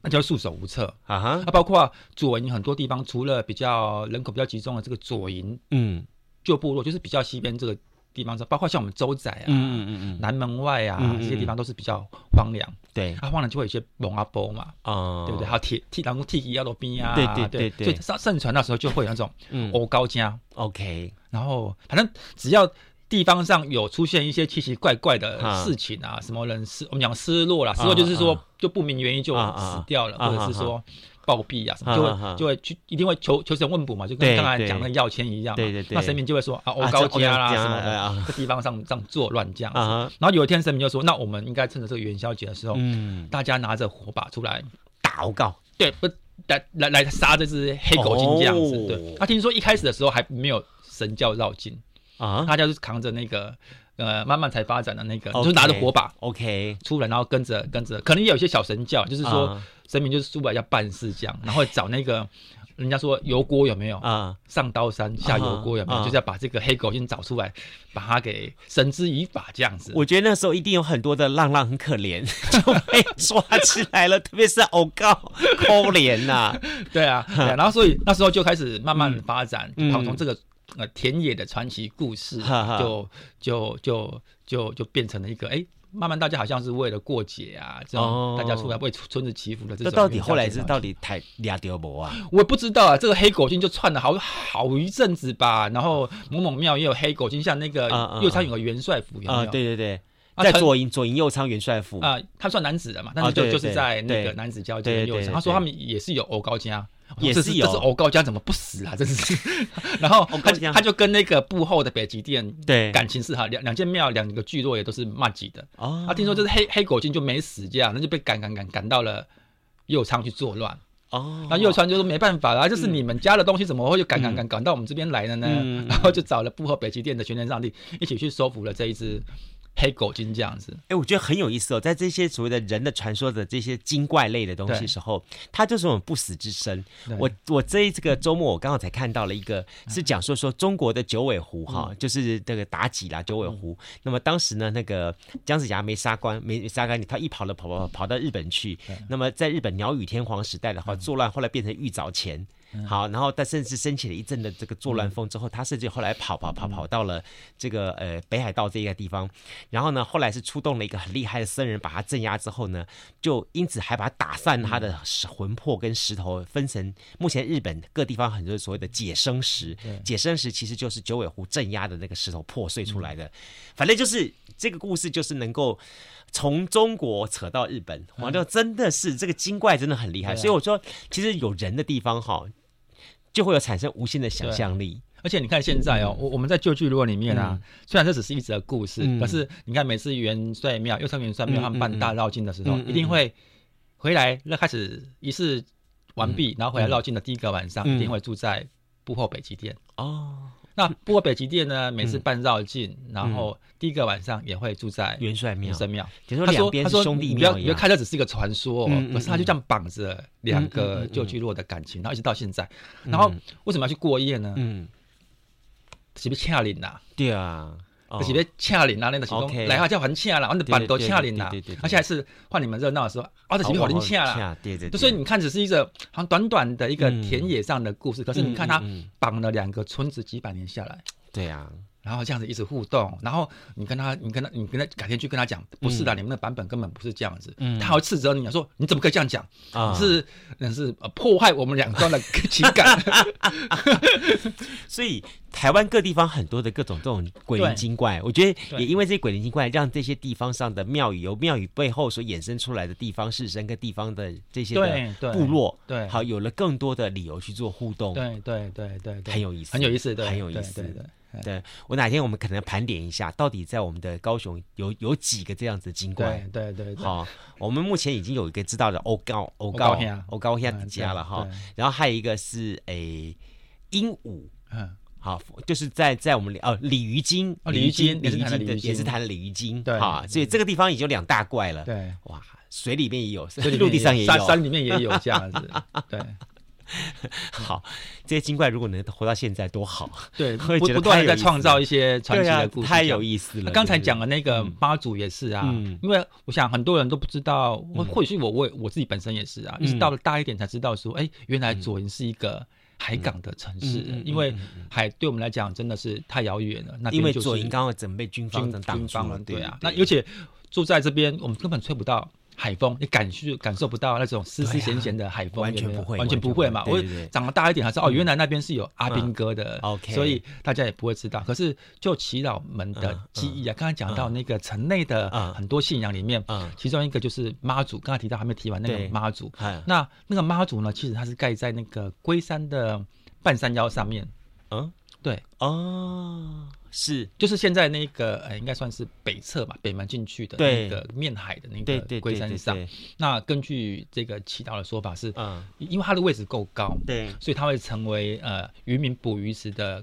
Speaker 2: 那就束手无策。
Speaker 1: 啊哈，
Speaker 2: 那包括左营很多地方，除了比较人口比较集中的这个左营
Speaker 1: 嗯
Speaker 2: 旧部落，就是比较西边这个地方，包括像我们州仔啊、
Speaker 1: 嗯嗯嗯嗯，
Speaker 2: 南门外啊、
Speaker 1: 嗯嗯嗯
Speaker 2: 这些地方，都是比较荒凉。
Speaker 1: 对，
Speaker 2: 啊，荒凉就会有一些蒙阿波嘛，
Speaker 1: 啊，
Speaker 2: 对不对？还有铁铁然后铁皮要到边啊，
Speaker 1: 对对对
Speaker 2: 对
Speaker 1: 对
Speaker 2: 所以盛盛传那时候就会有那种
Speaker 1: 嗯
Speaker 2: 欧高家，
Speaker 1: ，OK，
Speaker 2: 然后反正只要。地方上有出现一些奇奇怪怪的
Speaker 1: 啊
Speaker 2: 事情啊，什么人失，我们讲失落啦，失
Speaker 1: 啊
Speaker 2: 落就是说
Speaker 1: 啊
Speaker 2: 就不明原因就
Speaker 1: 啊啊
Speaker 2: 死掉了，
Speaker 1: 啊
Speaker 2: 或者是
Speaker 1: 啊
Speaker 2: 说暴毙啊，什么
Speaker 1: 啊
Speaker 2: 就
Speaker 1: 啊啊
Speaker 2: 会就会去一定会求求神问卜嘛，就
Speaker 1: 对
Speaker 2: 跟刚才
Speaker 1: 对
Speaker 2: 讲那个药签一样嘛，
Speaker 1: 对对对
Speaker 2: 那神明就会说啊，欧
Speaker 1: 啊
Speaker 2: 高
Speaker 1: 这欧
Speaker 2: 家
Speaker 1: 高
Speaker 2: 啦
Speaker 1: 家
Speaker 2: 什么
Speaker 1: 哎啊
Speaker 2: 的，在地方上上作乱这样子。
Speaker 1: 啊哈，
Speaker 2: 然后有一天神明就说，那我们应该趁着这个元宵节的时候，
Speaker 1: 嗯，
Speaker 2: 大家拿着火把出来，
Speaker 1: 打欧高，
Speaker 2: 对，不来来来杀这只黑狗精这样子。
Speaker 1: 哦
Speaker 2: 对，他、听说一开始的时候还没有神教绕境，
Speaker 1: 啊，
Speaker 2: 大家就是扛着那个呃慢慢才发展的那个，
Speaker 1: OK
Speaker 2: 就拿着火把
Speaker 1: ，OK，
Speaker 2: 出来，然后跟着跟着，可能也有一些小神教，就是说
Speaker 1: 啊
Speaker 2: 神明就是出来要办事这样，然后找那个人家说油锅有没有？
Speaker 1: 啊，
Speaker 2: 上刀山下油锅有没有？
Speaker 1: 啊
Speaker 2: 就是要把这个黑狗先找出来，把它给绳之以法这样子。
Speaker 1: 我觉得那时候一定有很多的浪浪很可怜， (laughs) 就被抓起来了，特别是偶告， (laughs) 可怜呐、
Speaker 2: 对啊，对啊然后所以那时候就开始慢慢地发展，
Speaker 1: 嗯
Speaker 2: 从从这个呃田野的传奇故事，
Speaker 1: 哈哈
Speaker 2: 就就就就就变成了一个哎。慢慢，大家好像是为了过节啊，这
Speaker 1: 哦
Speaker 2: 种大家出来为村子祈福 (laughs) 的这
Speaker 1: 这
Speaker 2: 种。
Speaker 1: 到底后来是到底台俩丢博啊？
Speaker 2: 我不知道啊，这个黑狗精就窜了好好一阵子吧。然后某某庙也有黑狗精，像那个
Speaker 1: 啊啊
Speaker 2: 右昌有个元帅府有没
Speaker 1: 啊、
Speaker 2: 有？
Speaker 1: 对对对，
Speaker 2: 啊
Speaker 1: 在
Speaker 2: 陈
Speaker 1: 左营左营右仓元帅府，
Speaker 2: 啊，他算男子的嘛，但
Speaker 1: 啊
Speaker 2: 是
Speaker 1: 对对
Speaker 2: 就就是在那
Speaker 1: 对
Speaker 2: 个男子
Speaker 1: 对
Speaker 2: 交界
Speaker 1: 对
Speaker 2: 右
Speaker 1: 对
Speaker 2: 上，他说
Speaker 1: 对
Speaker 2: 他们也是有欧高家。我说
Speaker 1: 也
Speaker 2: 这
Speaker 1: 是
Speaker 2: 这是
Speaker 1: 有
Speaker 2: 欧高家怎么不死啊？真是， (laughs) 然后
Speaker 1: 欧高
Speaker 2: 他
Speaker 1: 家
Speaker 2: 就他就跟那个幕后的北极殿
Speaker 1: 对，
Speaker 2: 感情是好，两两间庙两个聚落也都是骂吉的。
Speaker 1: 哦
Speaker 2: 啊，听说这是黑黑狗精就没死这样，那就被赶赶赶赶到了右仓去作乱。
Speaker 1: 哦，
Speaker 2: 那右川就说没办法啦，就是你们家的东西怎么会就赶赶赶赶到我们这边来了呢？
Speaker 1: 嗯
Speaker 2: (laughs) 然后就找了布和北极殿的玄天上帝一起去收服了这一只黑狗精这样子。
Speaker 1: 哎、我觉得很有意思哦，在这些所谓的人的传说的这些精怪类的东西
Speaker 2: 对
Speaker 1: 时候，它就是我们不死之身。
Speaker 2: 对
Speaker 1: 我我这一这个周末我刚好才看到了一个，是讲说说中国的九尾狐哈、
Speaker 2: 嗯
Speaker 1: 就是这个妲己啦，九尾狐。那么当时呢，那个姜子牙没杀光，没杀干净，他一跑了跑跑跑跑到日本去。那么在日本鸟语天皇时代的话，作乱后来变成玉藻前。好，然后他甚至升起了一阵的这个作乱风之后，他甚至后来跑跑跑跑到了这个呃北海道这个地方，然后呢，后来是出动了一个很厉害的僧人，把他镇压之后呢，就因此还把他打散他的石魂魄跟石头，分成目前日本各地方很多所谓的解生石，解生石其实就是九尾狐镇压的那个石头破碎出来的，反正就是这个故事就是能够。从中国扯到日本，完了真的是这个精怪真的很厉害，
Speaker 2: 对啊
Speaker 1: 所以我说，其实有人的地方哈，就会有产生无限的想象力。
Speaker 2: 而且你看现在哦，我我们在旧聚落里面啊，虽然这只是一则故事，
Speaker 1: 嗯
Speaker 2: 可是你看每次元帅庙、右上元帅庙
Speaker 1: 嗯
Speaker 2: 他们办大绕境的时候，
Speaker 1: 嗯嗯嗯
Speaker 2: 一定会回来，那开始仪式完毕，然后回来绕境的第一个晚上，
Speaker 1: 嗯
Speaker 2: 一定会住在布后北极殿。
Speaker 1: 哦，
Speaker 2: 那布后北极殿呢，每次办绕境，然后第一个晚上也会住在
Speaker 1: 嗯元帅庙
Speaker 2: 元，圣庙。
Speaker 1: 比如
Speaker 2: 他
Speaker 1: 说两：“
Speaker 2: 说
Speaker 1: 边
Speaker 2: 他
Speaker 1: 是
Speaker 2: 说
Speaker 1: 兄
Speaker 2: 你
Speaker 1: 弟
Speaker 2: 不要，
Speaker 1: 庙一
Speaker 2: 你不要
Speaker 1: 样。
Speaker 2: 看这只是一个传说、哦，
Speaker 1: 嗯嗯
Speaker 2: 可是他就这样绑着两
Speaker 1: 嗯嗯
Speaker 2: 个
Speaker 1: 嗯嗯
Speaker 2: 旧聚落的感情，然后一直到现在。然后为什么要去过夜呢？
Speaker 1: 嗯，
Speaker 2: 是不是恰林呐、
Speaker 1: 对啊，哦
Speaker 2: 就是要请人啊，恁就是
Speaker 1: OK
Speaker 2: 讲来下叫还请啦，我们板都请人啊啦
Speaker 1: 对对对对对对。
Speaker 2: 而且还是换你们热闹的时候，啊，就是要给恁请啦。，
Speaker 1: 对对。
Speaker 2: 就所以你看，只是一个好像短短的一个
Speaker 1: 嗯
Speaker 2: 田野上的故事，
Speaker 1: 可
Speaker 2: 可是你看他
Speaker 1: 嗯嗯嗯
Speaker 2: 绑了两个村子几百年下来，
Speaker 1: 对啊，
Speaker 2: 然后这样子一直互动，然后你跟他，你跟他，你跟他改天去跟他讲，不是的，你们的版本根本不是这样子，
Speaker 1: 嗯
Speaker 2: 他还会斥责你，讲说你怎么可以这样讲，
Speaker 1: 啊
Speaker 2: 是那是呃破坏我们两
Speaker 1: (laughs)
Speaker 2: 端的情感。
Speaker 1: 所以台湾各地方很多的各种这种鬼灵精怪，我觉得也因为这些鬼灵精怪，让这些地方上的庙宇由庙宇背后所衍生出来的地方士绅跟地方的这些
Speaker 2: 对
Speaker 1: 的
Speaker 2: 对
Speaker 1: 部落，
Speaker 2: 对
Speaker 1: 好有了更多的理由去做互动，
Speaker 2: 对对对对对，
Speaker 1: 很有意思
Speaker 2: 很有意思，对
Speaker 1: 很有意
Speaker 2: 对
Speaker 1: 思
Speaker 2: 对对对
Speaker 1: 对我哪天我们可能盘点一下，到底在我们的高雄有有几个这样子的精怪，
Speaker 2: 对对对对。
Speaker 1: 好、我们目前已经有一个知道的欧高欧
Speaker 2: (laughs) 欧
Speaker 1: 高
Speaker 2: 高兄
Speaker 1: 欧高
Speaker 2: 嗯
Speaker 1: 香
Speaker 2: 对
Speaker 1: 家了哈
Speaker 2: 对，
Speaker 1: 然后还有一个是诶鹦鹉，
Speaker 2: 嗯，
Speaker 1: 好，就是在在我们里哦鲤鱼精，
Speaker 2: 哦鲤鱼精
Speaker 1: 鲤鱼
Speaker 2: 也是谈的鲤鱼精
Speaker 1: 也是谈的鲤鱼精，
Speaker 2: 对嗯
Speaker 1: 哈，所以这个地方已经有两大怪了，
Speaker 2: 对，
Speaker 1: 哇，水里面也有，
Speaker 2: 这里面
Speaker 1: 陆地上也
Speaker 2: 山
Speaker 1: 有，
Speaker 2: 山里面也有这
Speaker 1: (laughs)
Speaker 2: 样子，对
Speaker 1: 好，这些精怪如果能活到现在多
Speaker 2: (laughs)
Speaker 1: 好，
Speaker 2: 对，
Speaker 1: 会
Speaker 2: 不
Speaker 1: 觉得
Speaker 2: 不断
Speaker 1: 太
Speaker 2: 的
Speaker 1: 有
Speaker 2: 在
Speaker 1: 意
Speaker 2: 创
Speaker 1: 思
Speaker 2: 造一些传奇
Speaker 1: 对啊
Speaker 2: 的故事，
Speaker 1: 太有意思了。
Speaker 2: 刚才
Speaker 1: 就是
Speaker 2: 讲的那个妈祖也是啊，
Speaker 1: 嗯
Speaker 2: 因为我想很多人都不知道，或或许我我也我自己本身也是啊，
Speaker 1: 嗯
Speaker 2: 一直到了大一点才知道说，哎，原来左营是一个海港的城市，
Speaker 1: 嗯嗯嗯
Speaker 2: 因为海对我们来讲真的是太遥远了，那边
Speaker 1: 因为
Speaker 2: 就是
Speaker 1: 左营刚好整被军方
Speaker 2: 军
Speaker 1: 整挡
Speaker 2: 军
Speaker 1: 住
Speaker 2: 方
Speaker 1: 了，
Speaker 2: 了，对啊，那
Speaker 1: 对
Speaker 2: 而且住在这边，我们根本吹不到。海风，你感受感受不到那种湿
Speaker 1: 对
Speaker 2: 湿
Speaker 1: 啊
Speaker 2: 咸咸的海风，
Speaker 1: 完全
Speaker 2: 有没有
Speaker 1: 不会
Speaker 2: 完全不会嘛。
Speaker 1: 完全不
Speaker 2: 我
Speaker 1: 会对对对
Speaker 2: 长得大一点还是哦，原来那边是有阿兵哥的
Speaker 1: 嗯，OK
Speaker 2: 所以大家也不会知道。可是就祈祷们的记忆啊，刚才讲到那个城内的
Speaker 1: 嗯
Speaker 2: 很多信仰里面
Speaker 1: 嗯，
Speaker 2: 其中一个就是妈祖，刚才提到还没提完那
Speaker 1: 对
Speaker 2: 个妈祖。
Speaker 1: 哎
Speaker 2: 那那个妈祖呢，其实它是盖在那个龟山的半山腰上面，
Speaker 1: 嗯
Speaker 2: 对，
Speaker 1: 哦是
Speaker 2: 就是现在那个呃，应该算是北侧吧，北门进去的
Speaker 1: 对
Speaker 2: 那个面海的那
Speaker 1: 对对
Speaker 2: 个
Speaker 1: 对
Speaker 2: 龟
Speaker 1: 对
Speaker 2: 山上
Speaker 1: 对。，
Speaker 2: 那根据这个祈祷的说法是，
Speaker 1: 嗯
Speaker 2: 因为它的位置够高，
Speaker 1: 对
Speaker 2: 所以它会成为呃渔民捕鱼时的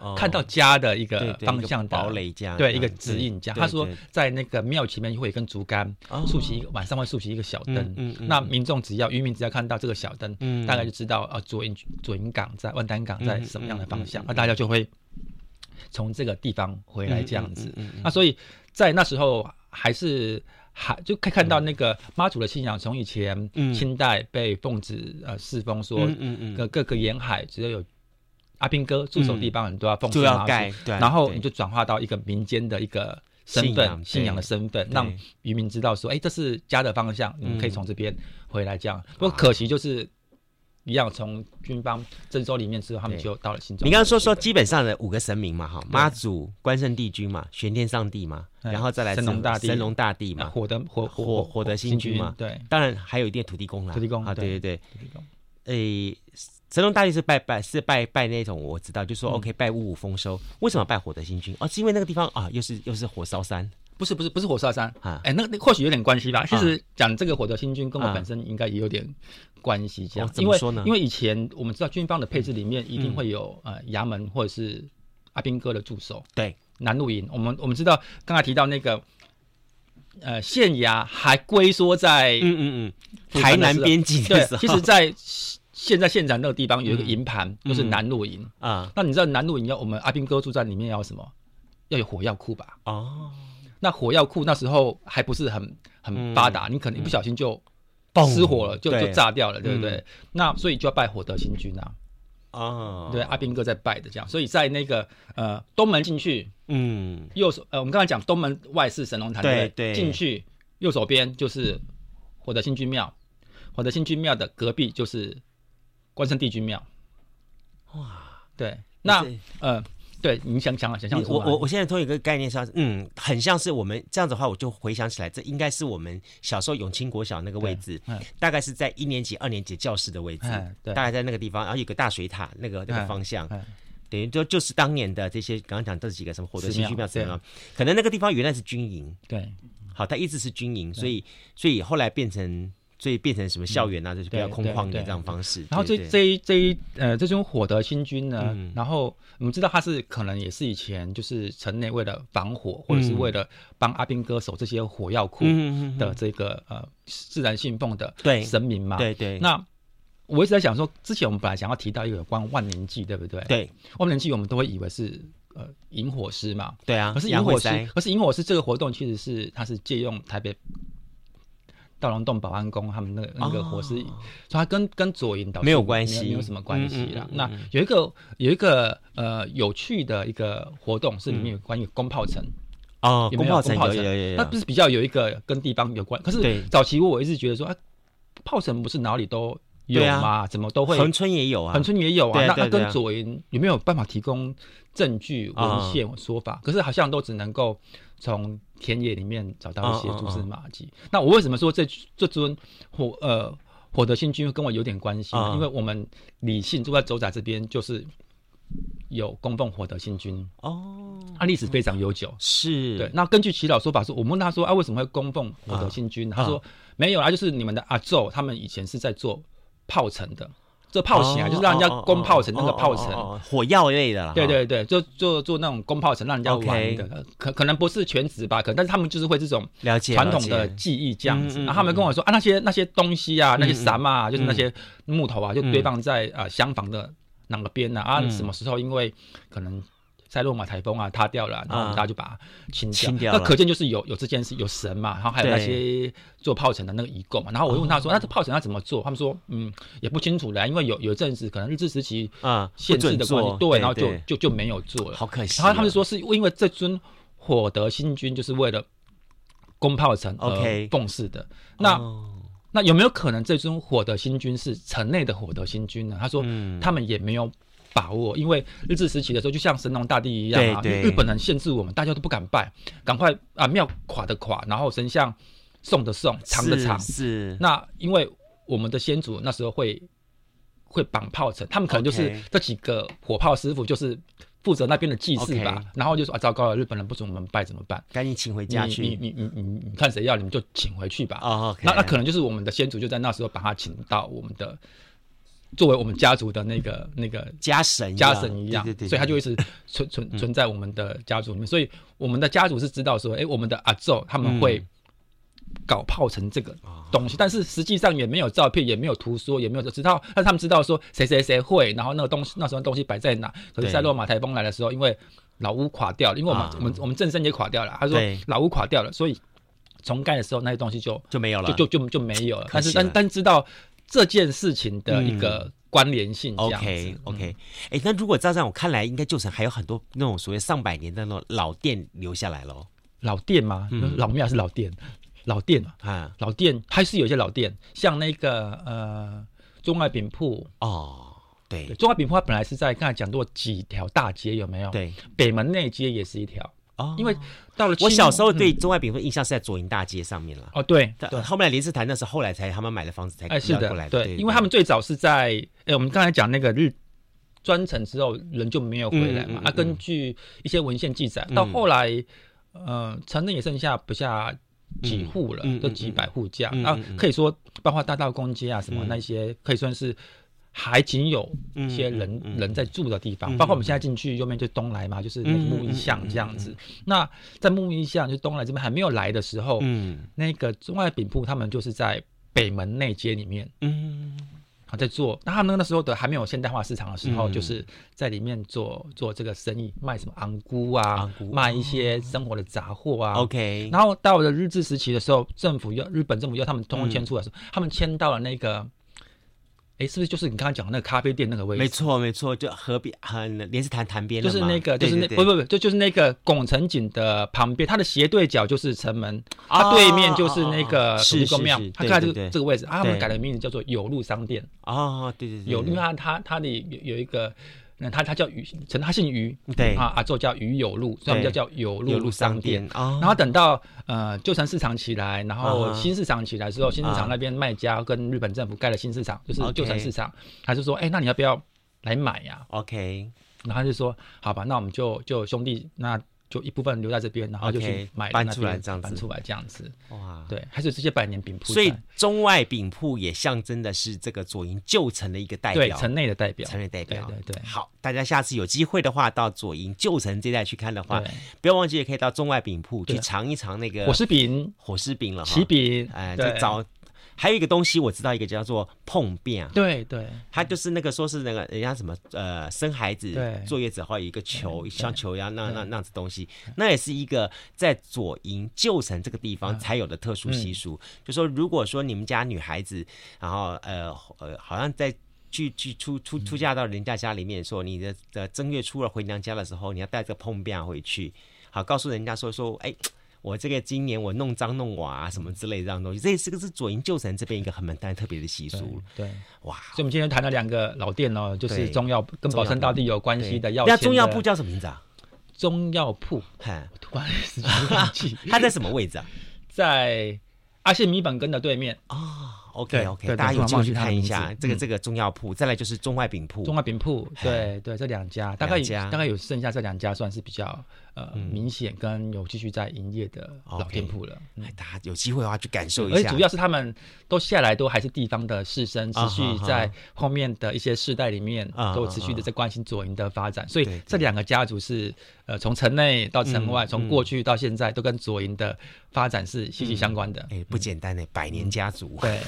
Speaker 1: 哦
Speaker 2: 看到家的一
Speaker 1: 对
Speaker 2: 个
Speaker 1: 对
Speaker 2: 方
Speaker 1: 一个
Speaker 2: 向的
Speaker 1: 堡垒这样
Speaker 2: 对一个
Speaker 1: 嗯
Speaker 2: 指引家。
Speaker 1: 对
Speaker 2: 他说
Speaker 1: 对
Speaker 2: 在那个庙前面会有一根竹竿
Speaker 1: 哦，
Speaker 2: 竖起一个晚上会竖起一个小
Speaker 1: 嗯
Speaker 2: 灯
Speaker 1: 嗯嗯，
Speaker 2: 那民众只要渔民只要看到这个小灯
Speaker 1: 嗯，
Speaker 2: 大概就知道啊左营左营港在万丹港在
Speaker 1: 嗯
Speaker 2: 什么样的
Speaker 1: 嗯
Speaker 2: 方
Speaker 1: 嗯
Speaker 2: 向
Speaker 1: 嗯，
Speaker 2: 那大家就会从这个地方回来这样子。
Speaker 1: 嗯嗯嗯嗯
Speaker 2: 那所以在那时候还是还就可以看到那个妈祖的信仰，从以前
Speaker 1: 嗯
Speaker 2: 清代被奉旨呃侍奉说
Speaker 1: 嗯，嗯嗯
Speaker 2: 各各个沿海只要有阿兵哥驻守地方，你都要奉
Speaker 1: 嗯就
Speaker 2: 祀
Speaker 1: 要
Speaker 2: 妈
Speaker 1: 盖
Speaker 2: 祖，，
Speaker 1: 对，
Speaker 2: 然后
Speaker 1: 对
Speaker 2: 你就转化到一个民间的一个。身
Speaker 1: 信仰
Speaker 2: 份信仰的身份，
Speaker 1: 对嗯
Speaker 2: 让渔民知道说，哎，这是家的方向，你们可以从这边回来这样。不过
Speaker 1: 哇
Speaker 2: 可惜就是，一样从军方征收里面之后，他们
Speaker 1: 对
Speaker 2: 就到了新庄。
Speaker 1: 你刚刚说说基本上的五个神明嘛，哈，妈祖、关圣帝君嘛，玄天上帝嘛，
Speaker 2: 对
Speaker 1: 然后再来
Speaker 2: 哎神农
Speaker 1: 是
Speaker 2: 大帝
Speaker 1: 神农大帝
Speaker 2: 啊
Speaker 1: 嘛，
Speaker 2: 火的火
Speaker 1: 火
Speaker 2: 火
Speaker 1: 火德星君嘛
Speaker 2: 对，
Speaker 1: 当然还有一定的土地公啦，
Speaker 2: 哎土地公
Speaker 1: 啊，对
Speaker 2: 对
Speaker 1: 对
Speaker 2: 土地公
Speaker 1: 对，诶，神农大帝是拜拜是拜拜那种我知道，就
Speaker 2: 嗯
Speaker 1: 说 OK 拜五谷丰收，为什么拜火德星君？哦，是因为那个地方啊，又是又是火烧山
Speaker 2: 不是不是不是火烧山
Speaker 1: 啊
Speaker 2: 哎、那那或许有点关系吧。其实讲这个火德星君跟我本身应该也有点关系，这样、
Speaker 1: 哦怎
Speaker 2: 因
Speaker 1: 么
Speaker 2: 为
Speaker 1: 说呢嗯
Speaker 2: 因为以前我们知道军方的配置里面一定会有、呃衙门或者是阿兵哥的驻守，
Speaker 1: 对，
Speaker 2: 南路营。我们我们知道刚才提到那个呃县衙还龟缩在
Speaker 1: 嗯啊嗯嗯，
Speaker 2: 釜
Speaker 1: 台
Speaker 2: 山的
Speaker 1: 南
Speaker 2: 时候
Speaker 1: 边境 (laughs)
Speaker 2: 对
Speaker 1: 的时，候，
Speaker 2: 其实在现在县长那个地方有一个
Speaker 1: 嗯
Speaker 2: 营盘，就是南路营。
Speaker 1: 啊
Speaker 2: 那你知道南路营要我们阿兵哥驻在里面要什么？要有火药库吧？
Speaker 1: 哦，
Speaker 2: 那火药库那时候还不是很很发达，你可能一不小心就
Speaker 1: 嗯嘣
Speaker 2: 失火了，就
Speaker 1: 对
Speaker 2: 就炸掉了，对不对？
Speaker 1: 嗯
Speaker 2: 那所以就要拜火德星君啊，
Speaker 1: 哦，
Speaker 2: 对，，啊阿兵哥在拜的这样。所以在那个呃东门进去，
Speaker 1: 嗯，
Speaker 2: 右手呃我们刚才讲东门外是神农坛，
Speaker 1: 对
Speaker 2: 不对？
Speaker 1: 对
Speaker 2: 进去右手边就是火德星君庙，火德星君庙的隔壁就是关圣帝君庙。哇，对，那
Speaker 1: 这
Speaker 2: 呃，对，你想啊想想想
Speaker 1: 你我
Speaker 2: 出来
Speaker 1: 我我现在从一个概念上，嗯，很像是我们这样子的话，我就回想起来，这应该是我们小时候永清国小那个位置
Speaker 2: 嗯，
Speaker 1: 大概是在一年级、二年级教室的位置
Speaker 2: 嗯，对
Speaker 1: 大概在那个地方，然后有个大水塔那个那个
Speaker 2: 嗯
Speaker 1: 方向
Speaker 2: 嗯，
Speaker 1: 等于就就是当年的这些刚刚讲这几个什么火德
Speaker 2: 寺
Speaker 1: 西
Speaker 2: 庙
Speaker 1: 区庙什
Speaker 2: 对
Speaker 1: 么，可能那个地方原来是军营，
Speaker 2: 对
Speaker 1: 好，它一直是军营，所以所以后来变成。所以变成什么校园啊，就是比较
Speaker 2: 嗯对
Speaker 1: 空
Speaker 2: 对
Speaker 1: 旷的
Speaker 2: 对
Speaker 1: 这样方式。
Speaker 2: 然后
Speaker 1: 对
Speaker 2: 这
Speaker 1: 对
Speaker 2: 这一这一呃，这种火德新军呢，
Speaker 1: 嗯
Speaker 2: 然后我们知道他是可能也是以前就是城内为了防火，或者是为了帮阿兵哥守这些火药
Speaker 1: 嗯
Speaker 2: 库
Speaker 1: 嗯嗯嗯
Speaker 2: 的这个、呃自然信奉的
Speaker 1: 对
Speaker 2: 神明嘛。
Speaker 1: 对对
Speaker 2: 那我一直在想说，之前我们本来想要提到一个有关万年祭，对不对？，
Speaker 1: 对
Speaker 2: 万年祭我们都会以为是呃引火师嘛，
Speaker 1: 对啊，
Speaker 2: 可是萤
Speaker 1: 杨
Speaker 2: 火
Speaker 1: 火
Speaker 2: 师
Speaker 1: 灾，
Speaker 2: 可是萤火师这个活动其实是它是借用台北道龙洞保安宫他们那个那个火师，所以它跟跟左营岛
Speaker 1: 哦没有关系
Speaker 2: 没有没有什么关系啦。
Speaker 1: 嗯嗯嗯
Speaker 2: 那有一个有一个呃有趣的一个活动是里面有关于宫炮城，
Speaker 1: 哦，
Speaker 2: 有
Speaker 1: 宫
Speaker 2: 没有
Speaker 1: 炮城
Speaker 2: 宫炮
Speaker 1: 有有
Speaker 2: 城
Speaker 1: 有有，
Speaker 2: 它不是比较有一个跟地方有关。可
Speaker 1: 对
Speaker 2: 是早期我一直觉得说，啊，炮城不是哪里都有
Speaker 1: 对啊
Speaker 2: 吗？怎么都会
Speaker 1: 恒春也有啊，
Speaker 2: 恒春也有啊，
Speaker 1: 对啊
Speaker 2: 那
Speaker 1: 对啊
Speaker 2: 那
Speaker 1: 对啊
Speaker 2: 跟左营有没有办法提供证据、
Speaker 1: 啊
Speaker 2: 文献、说法？可是好像都只能够从田野里面找到一些
Speaker 1: 啊啊啊
Speaker 2: 蛛丝马迹。那我为什么说这这尊火呃火德星君跟我有点关系呢？
Speaker 1: 啊
Speaker 2: 因为我们李信住在周宅这边，就是有供奉火德星君，
Speaker 1: 哦，
Speaker 2: 它历史非常悠久。
Speaker 1: 是，啊
Speaker 2: 对，那根据祈祷说法说，我问他说啊，为什么会供奉火德星君？他说没有啊，就是你们的阿昼他们以前是在做炮城的，这炮型啊，
Speaker 1: 哦
Speaker 2: 就是让人家
Speaker 1: 哦哦
Speaker 2: 攻炮城
Speaker 1: 哦
Speaker 2: 那个
Speaker 1: 哦
Speaker 2: 炮
Speaker 1: 哦
Speaker 2: 城。
Speaker 1: 哦火药类的啦，哦
Speaker 2: 对
Speaker 1: 哈，
Speaker 2: 对对，就做做那种攻炮城，让人家
Speaker 1: OK
Speaker 2: 玩的，可可能不是全职吧，可但是他们就是会这种
Speaker 1: 了解
Speaker 2: 传统的
Speaker 1: 了解
Speaker 2: 技艺这样
Speaker 1: 嗯
Speaker 2: 子。
Speaker 1: 嗯
Speaker 2: 然后他们跟我说啊，那些那些东西啊，那些啥嘛、就是那些木头啊，就
Speaker 1: 嗯
Speaker 2: 堆放在啊、呃厢房的哪个边呢、啊？
Speaker 1: 嗯
Speaker 2: 什么时候因为可能塞洛马台风啊塌掉了，然后我
Speaker 1: 啊
Speaker 2: 们大家就把它清掉。
Speaker 1: 清掉了
Speaker 2: 那可见就是有有这件事，有神嘛，然后还有那些做炮城的那个遗构嘛。然后我又问
Speaker 1: 哦
Speaker 2: 他说，啊那这炮城要怎么做？他们说，嗯，也不清楚了，因为有有一阵子可能日治时期
Speaker 1: 啊，不
Speaker 2: 限制
Speaker 1: 准
Speaker 2: 的关系
Speaker 1: 做，，
Speaker 2: 对，然后就
Speaker 1: 对
Speaker 2: 就就没有做了。
Speaker 1: 好可惜哦，
Speaker 2: 然后他们说是因为这尊火德星君就是为了攻炮城
Speaker 1: OK
Speaker 2: 而奉祀的。那、
Speaker 1: 哦
Speaker 2: 那有没有可能这尊火德星君是城内的火德星君呢？他说
Speaker 1: 嗯
Speaker 2: 他们也没有把握，因为日治时期的时候，就像神农大帝一样啊，
Speaker 1: 对对
Speaker 2: 日本人限制我们，大家都不敢拜，赶快啊庙垮的垮，然后神像送的送，藏的
Speaker 1: 是
Speaker 2: 藏。
Speaker 1: 是
Speaker 2: 那因为我们的先祖那时候会会绑炮城，他们可能就是
Speaker 1: OK
Speaker 2: 这几个火炮师傅就是负责那边的祭祀吧
Speaker 1: OK
Speaker 2: 然后就说啊，糟糕了，日本人不准我们拜怎么办？
Speaker 1: 赶紧请回
Speaker 2: 你
Speaker 1: 家
Speaker 2: 你
Speaker 1: 去，
Speaker 2: 你你你你看谁要你们就请回去吧。
Speaker 1: 哦，OK，
Speaker 2: 那那可能就是我们的先祖就在那时候把他请到我们的作为我们家族的那个那个
Speaker 1: 家神一样
Speaker 2: 家神一样，
Speaker 1: 对对对对嗯
Speaker 2: 所以它就一直存存存在我们的家族里面。所以我们的家族是知道说，哎，我们的阿昼他
Speaker 1: 嗯
Speaker 2: 们会搞泡成这个
Speaker 1: 啊
Speaker 2: 东西，但是实际上也没有照片，也没有图说，也没有知道，但是他们知道说谁谁谁会，然后那个东西那时候东西摆在哪。可是
Speaker 1: 对
Speaker 2: 塞洛马台风来的时候，因为老屋垮掉了，因为我们、
Speaker 1: 啊
Speaker 2: 我们我们正身也垮掉了，他说
Speaker 1: 对
Speaker 2: 老屋垮掉了，所以重盖的时候那些东西就
Speaker 1: 就没有了，
Speaker 2: 就就就就没有了。
Speaker 1: 可
Speaker 2: 但
Speaker 1: 惜
Speaker 2: 是
Speaker 1: 了嗯
Speaker 2: 但但知道这件事情的一个关联性这样子。嗯
Speaker 1: OK OK，哎、那如果照在我看来，应该旧城还有很多那种所谓上百年的那种老店留下来喽。
Speaker 2: 老店吗？
Speaker 1: 嗯
Speaker 2: 老庙还是老店？老店啊，
Speaker 1: 啊，
Speaker 2: 老店还是有一些老店，像那个呃中外饼铺，
Speaker 1: 哦，对
Speaker 2: 对中外饼铺它本来是在刚才讲过几条大街有没有？，
Speaker 1: 对，
Speaker 2: 北门内街也是一条，
Speaker 1: 哦，
Speaker 2: 因为到了
Speaker 1: 我
Speaker 2: 清
Speaker 1: 小时候
Speaker 2: 嗯
Speaker 1: 对中外饼铺印象是在左营大街上面啦。
Speaker 2: 哦对
Speaker 1: 但
Speaker 2: 对。
Speaker 1: 后面林斯坦那是后来才他们买的房子才
Speaker 2: 哎，是
Speaker 1: 要
Speaker 2: 的
Speaker 1: 过来，的，
Speaker 2: 对，因为他们最早是在，哎，我们刚才讲那个日专程之后，人就没有回来
Speaker 1: 嗯嗯
Speaker 2: 嘛
Speaker 1: 嗯。
Speaker 2: 啊，
Speaker 1: 嗯
Speaker 2: 根据一些文献记载，到后来，呃，城内也剩下不下几户了
Speaker 1: 嗯嗯嗯，
Speaker 2: 都几百户这
Speaker 1: 嗯嗯
Speaker 2: 样啊
Speaker 1: 嗯，
Speaker 2: 可以说包括大道公街啊什么
Speaker 1: 嗯
Speaker 2: 那些，可以算是。还仅有一些
Speaker 1: 嗯
Speaker 2: 人、
Speaker 1: 嗯嗯
Speaker 2: 人在住的地方，
Speaker 1: 嗯
Speaker 2: 包括我们现在进去右面就东来嘛，就是那个
Speaker 1: 嗯嗯
Speaker 2: 木
Speaker 1: 嗯
Speaker 2: 一巷
Speaker 1: 嗯
Speaker 2: 这样子。那在木一巷就东来这边还没有来的时候，
Speaker 1: 嗯
Speaker 2: 那个中外饼铺他们就是在北门内街里面
Speaker 1: 嗯
Speaker 2: 啊在做，那他们那时候的还没有现代化市场的时候，
Speaker 1: 嗯
Speaker 2: 就是在里面做做这个生意，卖什么昂菇啊，
Speaker 1: 昂菇哦
Speaker 2: 卖一些生活的杂货啊。
Speaker 1: ，OK，
Speaker 2: 然后到了日治时期的时候，政府要日本政府要他们通通迁出来
Speaker 1: 嗯
Speaker 2: 的时候，他们迁到了那个，哎，是不是就是你刚刚讲的那个咖啡店那个位
Speaker 1: 没
Speaker 2: 置？
Speaker 1: 错没错，就河边很连斯坦潭边了
Speaker 2: 就
Speaker 1: 嘛
Speaker 2: 是那个，就
Speaker 1: 对
Speaker 2: 是那
Speaker 1: 对对
Speaker 2: 不不不，就就是那个拱城井的旁边，它的斜对角就是城门，
Speaker 1: 啊
Speaker 2: 它对面就是那
Speaker 1: 啊啊啊
Speaker 2: 个土
Speaker 1: 是
Speaker 2: 地公庙
Speaker 1: 是是，
Speaker 2: 它
Speaker 1: 对
Speaker 2: 盖
Speaker 1: 对
Speaker 2: 这个
Speaker 1: 对
Speaker 2: 这个位置，啊，他们
Speaker 1: 对
Speaker 2: 改了名字叫做有路商店，
Speaker 1: 哦，对对对，
Speaker 2: 有，因
Speaker 1: 对
Speaker 2: 为它它它的有有一个，那它它叫于陈，他姓于，
Speaker 1: 对
Speaker 2: 啊，阿宙叫于有路，所以我们
Speaker 1: 对
Speaker 2: 就叫有
Speaker 1: 有路
Speaker 2: 路
Speaker 1: 商
Speaker 2: 商店
Speaker 1: 店。啊，
Speaker 2: 然后等到呃旧城市场起来，然
Speaker 1: 啊
Speaker 2: 后
Speaker 1: 哈
Speaker 2: 新市场起来之后，新市场那边卖家跟日本政府盖了新市场，就是
Speaker 1: 哦 OK
Speaker 2: 旧城市场，他就说，哎，那你要不要来买呀？
Speaker 1: OK
Speaker 2: 然后他就说：“好吧，那我们就就兄弟，那就一部分留在这边，然后就
Speaker 1: OK，
Speaker 2: 去买
Speaker 1: 搬
Speaker 2: 那
Speaker 1: 出来
Speaker 2: 边
Speaker 1: 这样子
Speaker 2: 搬出来这样子。
Speaker 1: 哇，
Speaker 2: 对，还是有这些百年饼铺在，
Speaker 1: 所以中外饼铺也象征的是这个左营旧城的一个代
Speaker 2: 对
Speaker 1: 表，
Speaker 2: 城内的代表，
Speaker 1: 城内代表。
Speaker 2: 对对对
Speaker 1: 好，大家下次有机会的话，到左营旧城这一带去看的话
Speaker 2: 对，
Speaker 1: 不要忘记也可以到中外饼铺去
Speaker 2: 对
Speaker 1: 尝一尝那个
Speaker 2: 火石饼、
Speaker 1: 火狮饼了哈。
Speaker 2: 起饼，
Speaker 1: 哎，
Speaker 2: 对
Speaker 1: 这早。还有一个东西我知道，一个叫做碰饼啊，
Speaker 2: 对对
Speaker 1: 它就是那个说是那个人家什么呃生孩子
Speaker 2: 对
Speaker 1: 坐月子后有一个球，像球一样那那那样子东西，
Speaker 2: 嗯
Speaker 1: 那也是一个在左营旧城这个地
Speaker 2: 嗯
Speaker 1: 方才有的特殊习俗。就说如果说你们家女孩子，然后呃呃，好像在。去去出
Speaker 2: 嗯
Speaker 1: 出出嫁到人家家里面说你的的正月初二回娘家的时候，你要带着碰饼回去，好告诉人家说说，哎，我这个今年我弄脏弄瓦啊什么之类的这样东西，这也是个是左营旧城这边一个很蛮蛮特别的习
Speaker 2: 对
Speaker 1: 俗，
Speaker 2: 对。
Speaker 1: 哇。
Speaker 2: 所以我们今天谈了两个老店哦，就
Speaker 1: 对
Speaker 2: 是中药跟保生大帝有关系的药
Speaker 1: 那
Speaker 2: 签的。
Speaker 1: 中药部叫什么名字啊？
Speaker 2: 中药铺，
Speaker 1: 嗨，
Speaker 2: 突然失去忘记，
Speaker 1: 它在什么位置啊？
Speaker 2: 在阿信米本根的对面，
Speaker 1: 啊，OK
Speaker 2: 对
Speaker 1: OK，
Speaker 2: 对
Speaker 1: 大家有机会去看一
Speaker 2: 中药
Speaker 1: 下
Speaker 2: 忘记它的名字
Speaker 1: 这个这个中药铺，再来就是中外饼铺。哎
Speaker 2: 中华饼铺，对对，这两家大概
Speaker 1: 两家嗯
Speaker 2: 大概有剩下这两家算是比较呃明显跟有继续在营业的老
Speaker 1: OK
Speaker 2: 店铺了。
Speaker 1: 哎大家有机会的话去感受
Speaker 2: 而
Speaker 1: 一
Speaker 2: 且
Speaker 1: 下
Speaker 2: 哎主。要是他们都下来都还是地方的士绅，
Speaker 1: 啊
Speaker 2: 持续
Speaker 1: 哈
Speaker 2: 在后面的一些世代里面
Speaker 1: 啊
Speaker 2: 都持续的在关心左营的发展，所
Speaker 1: 对
Speaker 2: 以这两个家族是呃从城内到城外，
Speaker 1: 嗯
Speaker 2: 从过去到现在都跟左营的发展是息息相关的。
Speaker 1: 哎，不简单呢，百年家族。
Speaker 2: 对，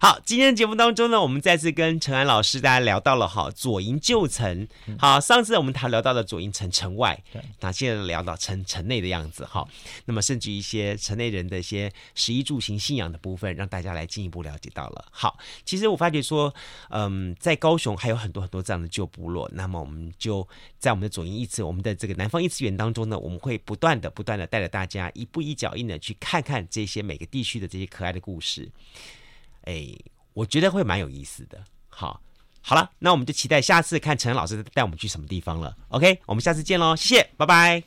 Speaker 1: 好，今天的节目当中呢，我们再次跟陈安老师大家聊到了哈左营旧城。好，上次我们谈聊到了左营城城外
Speaker 2: 对，
Speaker 1: 那现在聊到城城内的样子哈。那么甚至一些城内人的一些食衣住行信仰的部分，让大家来进一步了解到了。好，其实我发觉说，嗯，在高雄还有很多很多这样的旧部落。那么我们就在我们的左营异次，我们的这个南方异次元当中呢，我们会不断的不断的带着大家一步一脚印的去看看这些每个地区的这些可爱的故事。哎，我觉得会蛮有意思的。好，好了，那我们就期待下次看陈老师带我们去什么地方了。OK，我们下次见喽，谢谢，拜拜。